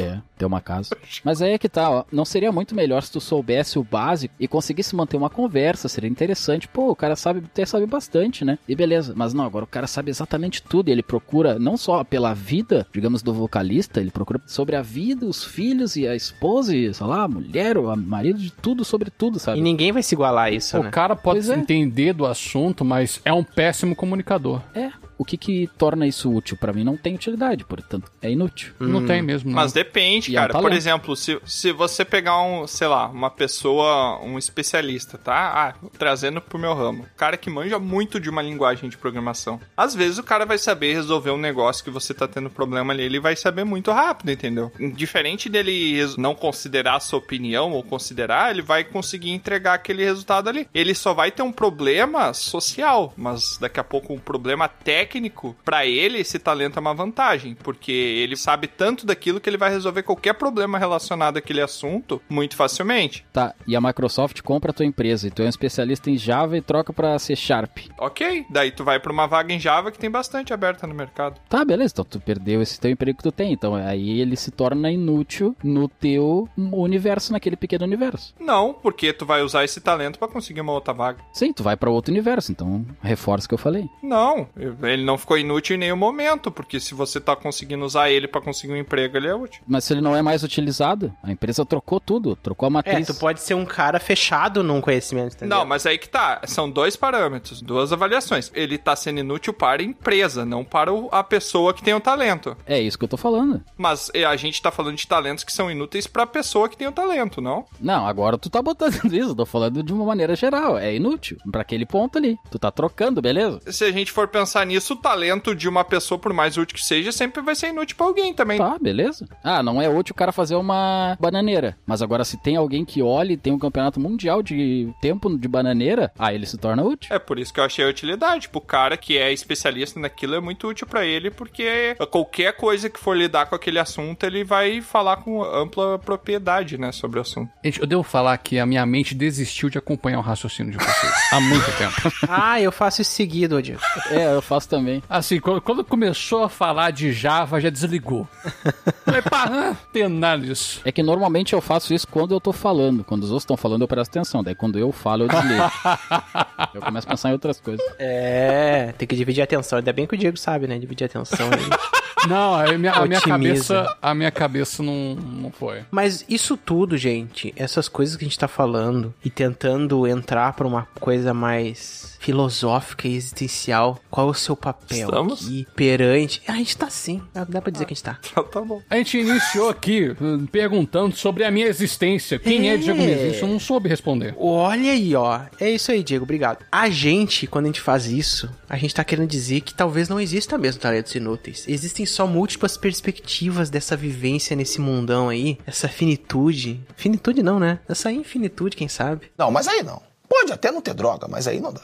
Speaker 3: É, ter uma casa. Mas aí é que tá, ó. Não seria muito melhor se tu soubesse o básico e conseguisse manter uma conversa, seria interessante. Pô, o cara sabe, até sabe bastante, né? E beleza, mas não, agora o cara sabe exatamente tudo. e ele procura não só pela vida, digamos, do vocalista, ele procura sobre a vida, os filhos e a esposa, e, sei lá, a mulher, o marido, de tudo, sobre tudo, sabe?
Speaker 2: E ninguém vai se igualar a isso, né?
Speaker 4: O cara pode
Speaker 3: Pois é.
Speaker 4: entender do assunto, mas é um péssimo comunicador.
Speaker 3: É. O que que torna isso útil? Pra mim não tem utilidade, portanto, é inútil.
Speaker 4: Não tem mesmo, não.
Speaker 1: Mas depende,
Speaker 3: E é um
Speaker 1: cara. Por
Speaker 3: talento.
Speaker 1: exemplo, se, se você pegar um, sei lá, uma pessoa, um especialista, tá? Ah, trazendo pro meu ramo. Cara que manja muito de uma linguagem de programação. Às vezes o cara vai saber resolver um negócio que você tá tendo problema ali, ele vai saber muito rápido, entendeu? Diferente dele res- não considerar a sua opinião ou considerar, ele vai conseguir entregar aquele resultado ali. Ele só vai ter um problema social, mas daqui a pouco um problema técnico, pra ele esse talento é uma vantagem, porque ele sabe tanto daquilo que ele vai resolver qualquer problema relacionado àquele assunto muito facilmente.
Speaker 3: Tá, e a Microsoft compra a tua empresa e tu é um especialista em Java e troca pra C Sharp.
Speaker 1: Ok, daí tu vai pra uma vaga em Java que tem bastante aberta no mercado.
Speaker 3: Tá, beleza, então tu perdeu esse teu emprego que tu tem, então aí ele se torna inútil no teu universo, naquele pequeno universo.
Speaker 1: Não, porque tu vai usar esse talento pra conseguir uma outra vaga.
Speaker 3: Sim, tu vai pra outro universo, então reforça o que eu falei.
Speaker 1: Não, ele não ficou inútil em nenhum momento, porque se você tá conseguindo usar ele pra conseguir um emprego, ele é útil.
Speaker 3: Mas se ele não é mais utilizado, a empresa trocou tudo, trocou a
Speaker 2: É,
Speaker 3: matriz.
Speaker 2: tu pode ser um cara fechado num conhecimento, entendeu?
Speaker 1: Não, mas aí que tá. São dois parâmetros, duas avaliações. Ele tá sendo inútil para a empresa, não para o- a pessoa que tem o talento.
Speaker 3: É isso que eu tô falando.
Speaker 1: Mas eh, a gente tá falando de talentos que são inúteis para a pessoa que tem o talento, não?
Speaker 3: Não, agora tu tá botando isso, eu tô falando de uma maneira geral, é inútil, pra aquele ponto ali. Tu tá trocando, beleza?
Speaker 1: Se a gente for pensar nisso isso, o talento de uma pessoa, por mais útil que seja, sempre vai ser inútil pra alguém também.
Speaker 3: Tá, beleza. Ah, não é útil o cara fazer uma bananeira. Mas agora, se tem alguém que olhe e tem um campeonato mundial de tempo de bananeira, aí ele se torna útil.
Speaker 1: É por isso que eu achei a utilidade. Tipo, o cara que é especialista naquilo é muito útil pra ele, porque qualquer coisa que for lidar com aquele assunto, ele vai falar com ampla propriedade, né, sobre o assunto.
Speaker 4: Gente, eu devo falar que a minha mente desistiu de acompanhar o raciocínio de vocês há muito tempo.
Speaker 2: ah, eu faço isso seguido, Odin.
Speaker 3: É, eu faço também.
Speaker 4: Assim, quando, quando começou a falar de Java, já desligou. Falei, pá, não tem nada disso.
Speaker 3: É que normalmente eu faço isso quando eu tô falando. Quando os outros estão falando, eu presto atenção. Daí quando eu falo, eu desligo. eu começo a pensar em outras coisas.
Speaker 2: É, tem que dividir a atenção. Ainda bem que o Diego sabe, né? Dividir a atenção. Aí.
Speaker 4: Não, a minha, a minha cabeça, a minha cabeça não, não foi.
Speaker 2: Mas isso tudo, gente, essas coisas que a gente tá falando e tentando entrar pra uma coisa mais filosófica e existencial, qual é o seu papel
Speaker 1: Estamos?
Speaker 2: aqui perante. A gente tá sim, dá pra dizer que a gente tá.
Speaker 1: tá bom.
Speaker 4: A gente iniciou aqui hum, perguntando sobre a minha existência. Quem é,
Speaker 2: É.
Speaker 4: Diego Menezes? Eu não soube responder.
Speaker 2: Olha aí, ó. É isso aí, Diego. Obrigado. A gente, quando a gente faz isso, a gente tá querendo dizer que talvez não exista mesmo talentos inúteis. Existem só múltiplas perspectivas dessa vivência nesse mundão aí, essa finitude. Finitude não, né? Essa infinitude, quem sabe?
Speaker 18: Não, mas aí não. Pode até não ter droga, mas aí não dá.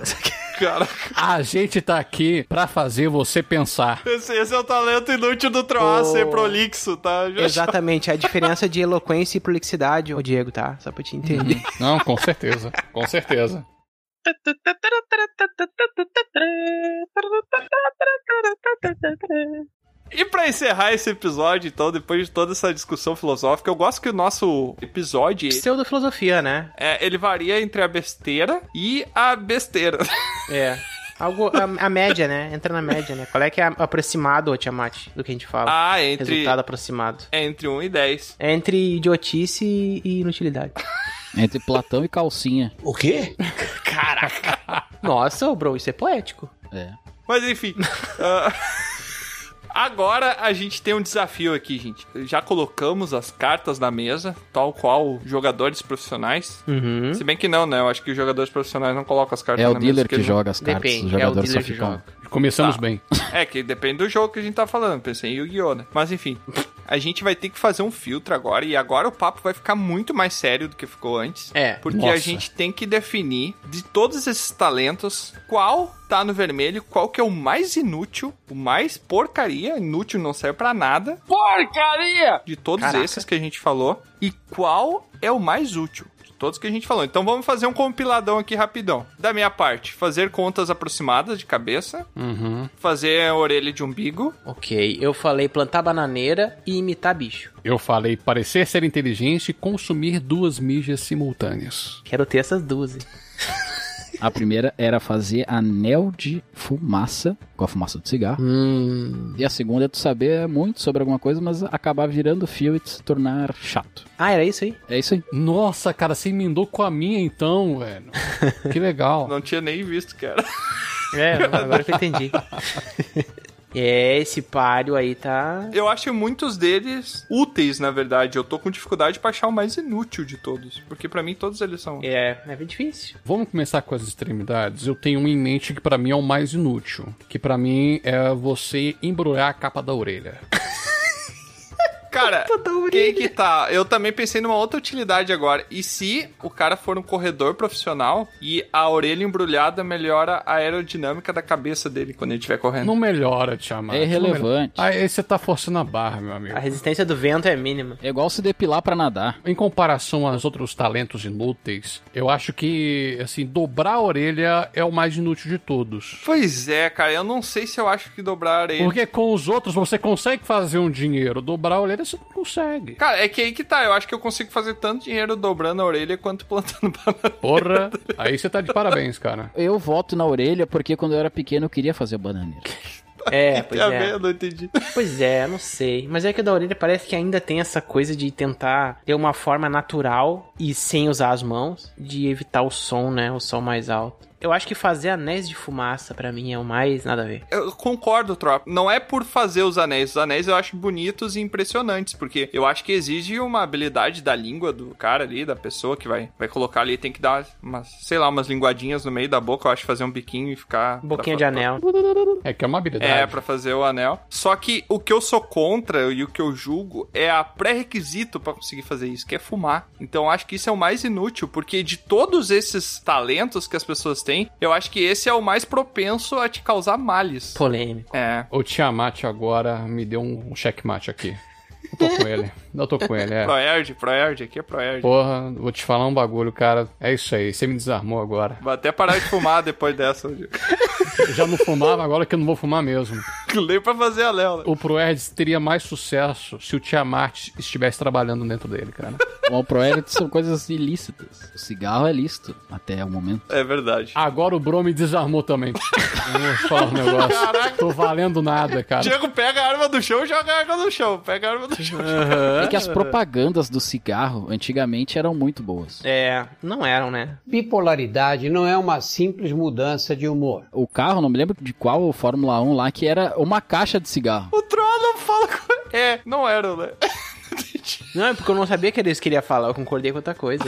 Speaker 1: Cara,
Speaker 4: A gente tá aqui pra fazer você pensar.
Speaker 1: esse, esse é o talento inútil do Troá
Speaker 2: Oh.
Speaker 1: ser prolixo, tá? Já-
Speaker 2: Exatamente, a diferença de eloquência e prolixidade, ô Diego, tá? Só pra te entender.
Speaker 4: Não, com certeza. Com certeza.
Speaker 1: E pra encerrar esse episódio, então, depois de toda essa discussão filosófica, eu gosto que o nosso episódio
Speaker 2: Pseudofilosofia, né?
Speaker 1: é, ele varia entre a besteira e a besteira.
Speaker 2: É. Algo, a, a média, né? Entra na média, né? Qual é que é a- aproximado, ô Tiamat, do que a gente fala?
Speaker 1: Ah, entre-
Speaker 2: Resultado aproximado.
Speaker 1: É entre 1 e 10.
Speaker 2: É entre idiotice e- e inutilidade.
Speaker 3: Entre Platão e calcinha.
Speaker 18: O quê?
Speaker 2: Nossa, ô, bro, isso é poético.
Speaker 3: É.
Speaker 1: Mas enfim. ah, Agora a gente tem um desafio aqui, gente. Já colocamos as cartas na mesa, tal qual jogadores profissionais.
Speaker 2: Uhum.
Speaker 1: Se bem que não, né? Eu acho que os jogadores profissionais não colocam as cartas
Speaker 3: Hum? É o
Speaker 1: na mesa.
Speaker 3: dealer
Speaker 1: porque
Speaker 3: que
Speaker 1: eles não-
Speaker 3: joga as cartas.
Speaker 2: Depende,
Speaker 3: os
Speaker 2: é o
Speaker 3: jogadores só
Speaker 2: dealer que
Speaker 3: ficam.
Speaker 2: joga.
Speaker 4: Começamos bem.
Speaker 1: É, que depende do jogo que a gente tá falando. Pensei em Yu-Gi-Oh! né? Mas enfim, a gente vai ter que fazer um filtro agora. E agora o papo vai ficar muito mais sério do que ficou antes.
Speaker 2: É.
Speaker 1: Porque a
Speaker 4: Nossa.
Speaker 1: gente tem que definir, de todos esses talentos, qual tá no vermelho, qual que é o mais inútil, o mais porcaria, inútil não serve pra nada,
Speaker 19: Porcaria!
Speaker 1: de todos
Speaker 2: Caraca.
Speaker 1: esses que a gente falou, e qual é o mais útil. de Todos que a gente falou. Então vamos fazer um compiladão aqui rapidão. Da minha parte, fazer contas aproximadas de cabeça,
Speaker 4: Uhum.
Speaker 1: fazer a orelha de umbigo,
Speaker 2: Ok, eu falei plantar bananeira e imitar bicho.
Speaker 4: Eu falei parecer ser inteligente e consumir duas mídias simultâneas.
Speaker 2: Quero ter essas duas. hein?
Speaker 3: A primeira era fazer anel de fumaça, com a fumaça do cigarro.
Speaker 2: Hum.
Speaker 4: Hum.
Speaker 3: E a segunda é tu saber muito sobre alguma coisa, mas acabar virando fio e te se tornar chato.
Speaker 2: Ah, era isso aí?
Speaker 3: É isso aí.
Speaker 4: Nossa, cara, você emendou com a minha então, velho. Que legal.
Speaker 1: Não tinha nem visto, cara.
Speaker 2: É, agora que eu entendi. é, esse páreo aí tá.
Speaker 1: Eu acho muitos deles úteis, na verdade. Eu tô com dificuldade pra achar o mais inútil de todos. Porque pra mim todos eles são.
Speaker 2: É, é bem difícil.
Speaker 4: Vamos começar com as extremidades. Eu tenho um em mente que pra mim é o mais inútil, que pra mim é você embrulhar a capa da orelha.
Speaker 1: Cara, quem que tá? Eu também pensei numa outra utilidade agora. E se o cara for um corredor profissional e a orelha embrulhada melhora a aerodinâmica da cabeça dele quando ele estiver correndo?
Speaker 4: Não melhora, Tiamat.
Speaker 3: É irrelevante.
Speaker 4: Não melhora. Aí você tá forçando a barra, meu amigo.
Speaker 2: A resistência do vento é mínima.
Speaker 3: É igual se depilar pra nadar.
Speaker 4: Em comparação aos outros talentos inúteis, eu acho que, assim, dobrar a orelha é o mais inútil de todos.
Speaker 1: Pois é, cara. Eu não sei se eu acho que dobrar a orelha.
Speaker 4: Porque com os outros você consegue fazer um dinheiro, dobrar a orelha você não consegue.
Speaker 1: Cara, é que aí que tá. Eu acho que eu consigo fazer tanto dinheiro dobrando a orelha quanto plantando banana.
Speaker 4: Porra, aí você tá de parabéns, cara.
Speaker 3: Eu voto na orelha porque quando eu era pequeno eu queria fazer bananeira.
Speaker 2: É, pois
Speaker 1: Tá
Speaker 2: é.
Speaker 1: vendo? não entendi.
Speaker 2: Pois é, não sei. Mas é que o da orelha parece que ainda tem essa coisa de tentar ter uma forma natural e sem usar as mãos de evitar o som, né? O som mais alto. Eu acho que fazer anéis de fumaça para mim é o mais nada a ver.
Speaker 1: Eu concordo, Trop. Não é por fazer os anéis. Os anéis eu acho bonitos e impressionantes, porque eu acho que exige uma habilidade da língua do cara ali, da pessoa que vai, vai colocar ali. Tem que dar, umas, sei lá, umas linguadinhas no meio da boca. Eu acho fazer um biquinho e ficar.
Speaker 2: Boquinha de anel.
Speaker 4: É que é uma habilidade.
Speaker 1: É, pra fazer o anel. Só que o que eu sou contra e o que eu julgo é a pré-requisito para conseguir fazer isso, que é fumar. Então eu acho que isso é o mais inútil, porque de todos esses talentos que as pessoas têm, eu acho que esse é o mais propenso a te causar males.
Speaker 2: Polêmico.
Speaker 1: É.
Speaker 4: O Tiamat agora me deu um checkmate aqui. Eu tô com ele. Eu tô com ele, é.
Speaker 1: Proerd, Proerd, aqui é Proerd.
Speaker 4: Porra, vou te falar um bagulho, cara. É isso aí, você me desarmou agora.
Speaker 1: Vou até parar de fumar depois dessa. Hoje.
Speaker 4: Eu já não fumava, agora que eu não vou fumar mesmo.
Speaker 1: Nem pra fazer a Léo. né?
Speaker 4: O Proerd teria mais sucesso se o Tiamat estivesse trabalhando dentro dele, cara.
Speaker 3: Bom, o Proerd são coisas ilícitas. O cigarro é lícito, até o momento.
Speaker 1: É verdade.
Speaker 4: Agora o Bro me desarmou também. Vamos falar um negócio. Caraca. Tô valendo nada, cara.
Speaker 2: Ah.
Speaker 1: Diego pega a arma do chão e joga a arma no chão. Pega a arma do chão. Uhum.
Speaker 3: É que as propagandas do cigarro antigamente eram muito boas.
Speaker 2: É, não eram, né?
Speaker 10: Bipolaridade não é uma simples mudança de humor.
Speaker 3: O carro, não me lembro de qual Fórmula 1 lá, que era uma caixa de cigarro.
Speaker 1: O Troll não fala. Com... É, não era, né?
Speaker 2: Tá Não, é porque eu não sabia que eles queriam falar, eu concordei com outra coisa.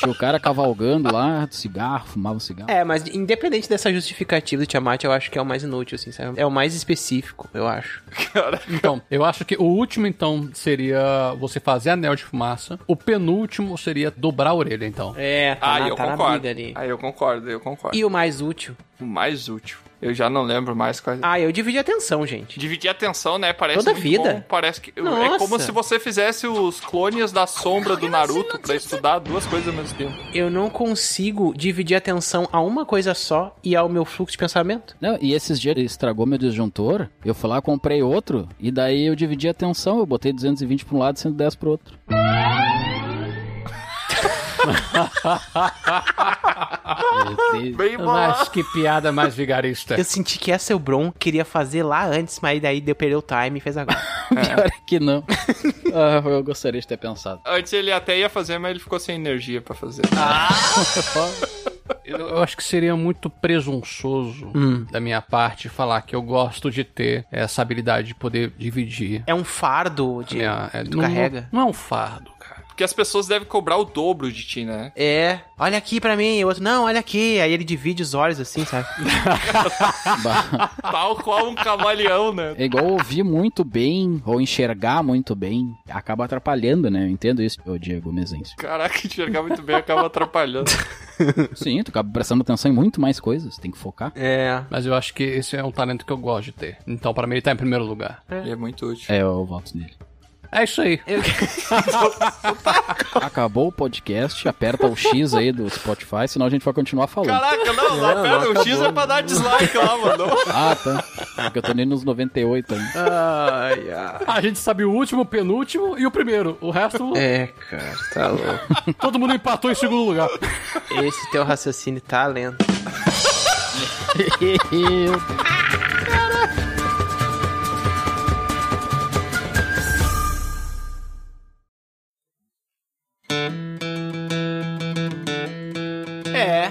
Speaker 3: Tinha o cara cavalgando lá, do cigarro, fumava um cigarro.
Speaker 2: É, mas independente dessa justificativa do Tiamat, eu acho que é o mais inútil, assim, sabe? É o mais específico, eu acho.
Speaker 4: Caraca. Então, eu acho que o último, então, seria você fazer anel de fumaça. O penúltimo seria dobrar a orelha, então.
Speaker 2: É, tá,
Speaker 1: ah,
Speaker 2: na,
Speaker 1: eu
Speaker 2: tá
Speaker 1: concordo.
Speaker 2: ali.
Speaker 1: Aí eu concordo, eu concordo.
Speaker 2: E o mais útil?
Speaker 1: O mais útil. Eu já não lembro mais quais.
Speaker 2: Ah, eu dividi a atenção, gente.
Speaker 1: Dividi a atenção, né? Parece
Speaker 2: Toda vida.
Speaker 1: Bom. Parece que
Speaker 2: Nossa.
Speaker 1: é como se você fizesse os clones da sombra do Naruto para estudar duas coisas ao mesmo tempo.
Speaker 2: Eu não consigo dividir a atenção a uma coisa só e ao meu fluxo de pensamento.
Speaker 3: Não, e esses dias ele estragou meu disjuntor. Eu fui lá, comprei outro e daí eu dividi a atenção. Eu botei 220 para um lado e 110 para outro.
Speaker 1: Bem
Speaker 4: mas que piada É mais vigarista.
Speaker 2: Eu senti que essa é o Bron queria fazer lá antes, mas daí deu perder o time e fez agora.
Speaker 3: Pior é que não. Ah, eu gostaria de ter pensado.
Speaker 1: Antes ele até ia fazer, mas ele ficou sem energia pra fazer.
Speaker 2: Ah.
Speaker 4: Eu, eu acho que seria muito presunçoso
Speaker 2: Hum.
Speaker 4: da minha parte falar que eu gosto de ter essa habilidade de poder dividir.
Speaker 2: É um fardo de.
Speaker 4: minha- é,
Speaker 2: tu
Speaker 4: não-
Speaker 2: carrega?
Speaker 4: Não é um fardo, cara.
Speaker 1: Porque as pessoas devem cobrar o dobro de ti, né?
Speaker 2: É, olha aqui pra mim, e o outro, não, olha aqui. Aí ele divide os olhos assim, sabe?
Speaker 3: Bah.
Speaker 1: Tal qual um camaleão, né?
Speaker 3: É igual ouvir muito bem ou enxergar muito bem. Acaba atrapalhando, né? Eu entendo isso, ô Diego Mezencio.
Speaker 1: Caraca, enxergar muito bem acaba atrapalhando.
Speaker 3: Sim, tu acaba prestando atenção em muito mais coisas. Tem que focar.
Speaker 2: é.
Speaker 4: Mas eu acho que esse é um talento que eu gosto de ter. Então, pra mim, ele tá em primeiro lugar.
Speaker 1: Ele é muito útil.
Speaker 3: É, eu voto nele.
Speaker 4: É isso aí.
Speaker 3: Acabou o podcast, aperta o X aí do Spotify, senão a gente vai continuar falando.
Speaker 1: Caraca, não, lá pera, o X é pra dar dislike lá, mano.
Speaker 3: Ah, tá. Porque eu tô nem nos 98 ainda.
Speaker 2: Ai, ai.
Speaker 4: A gente sabe o último, o penúltimo e o primeiro. O resto,
Speaker 2: É, cara, tá louco.
Speaker 4: todo mundo empatou em segundo lugar.
Speaker 2: Esse teu raciocínio tá lento.
Speaker 3: Eu
Speaker 2: É,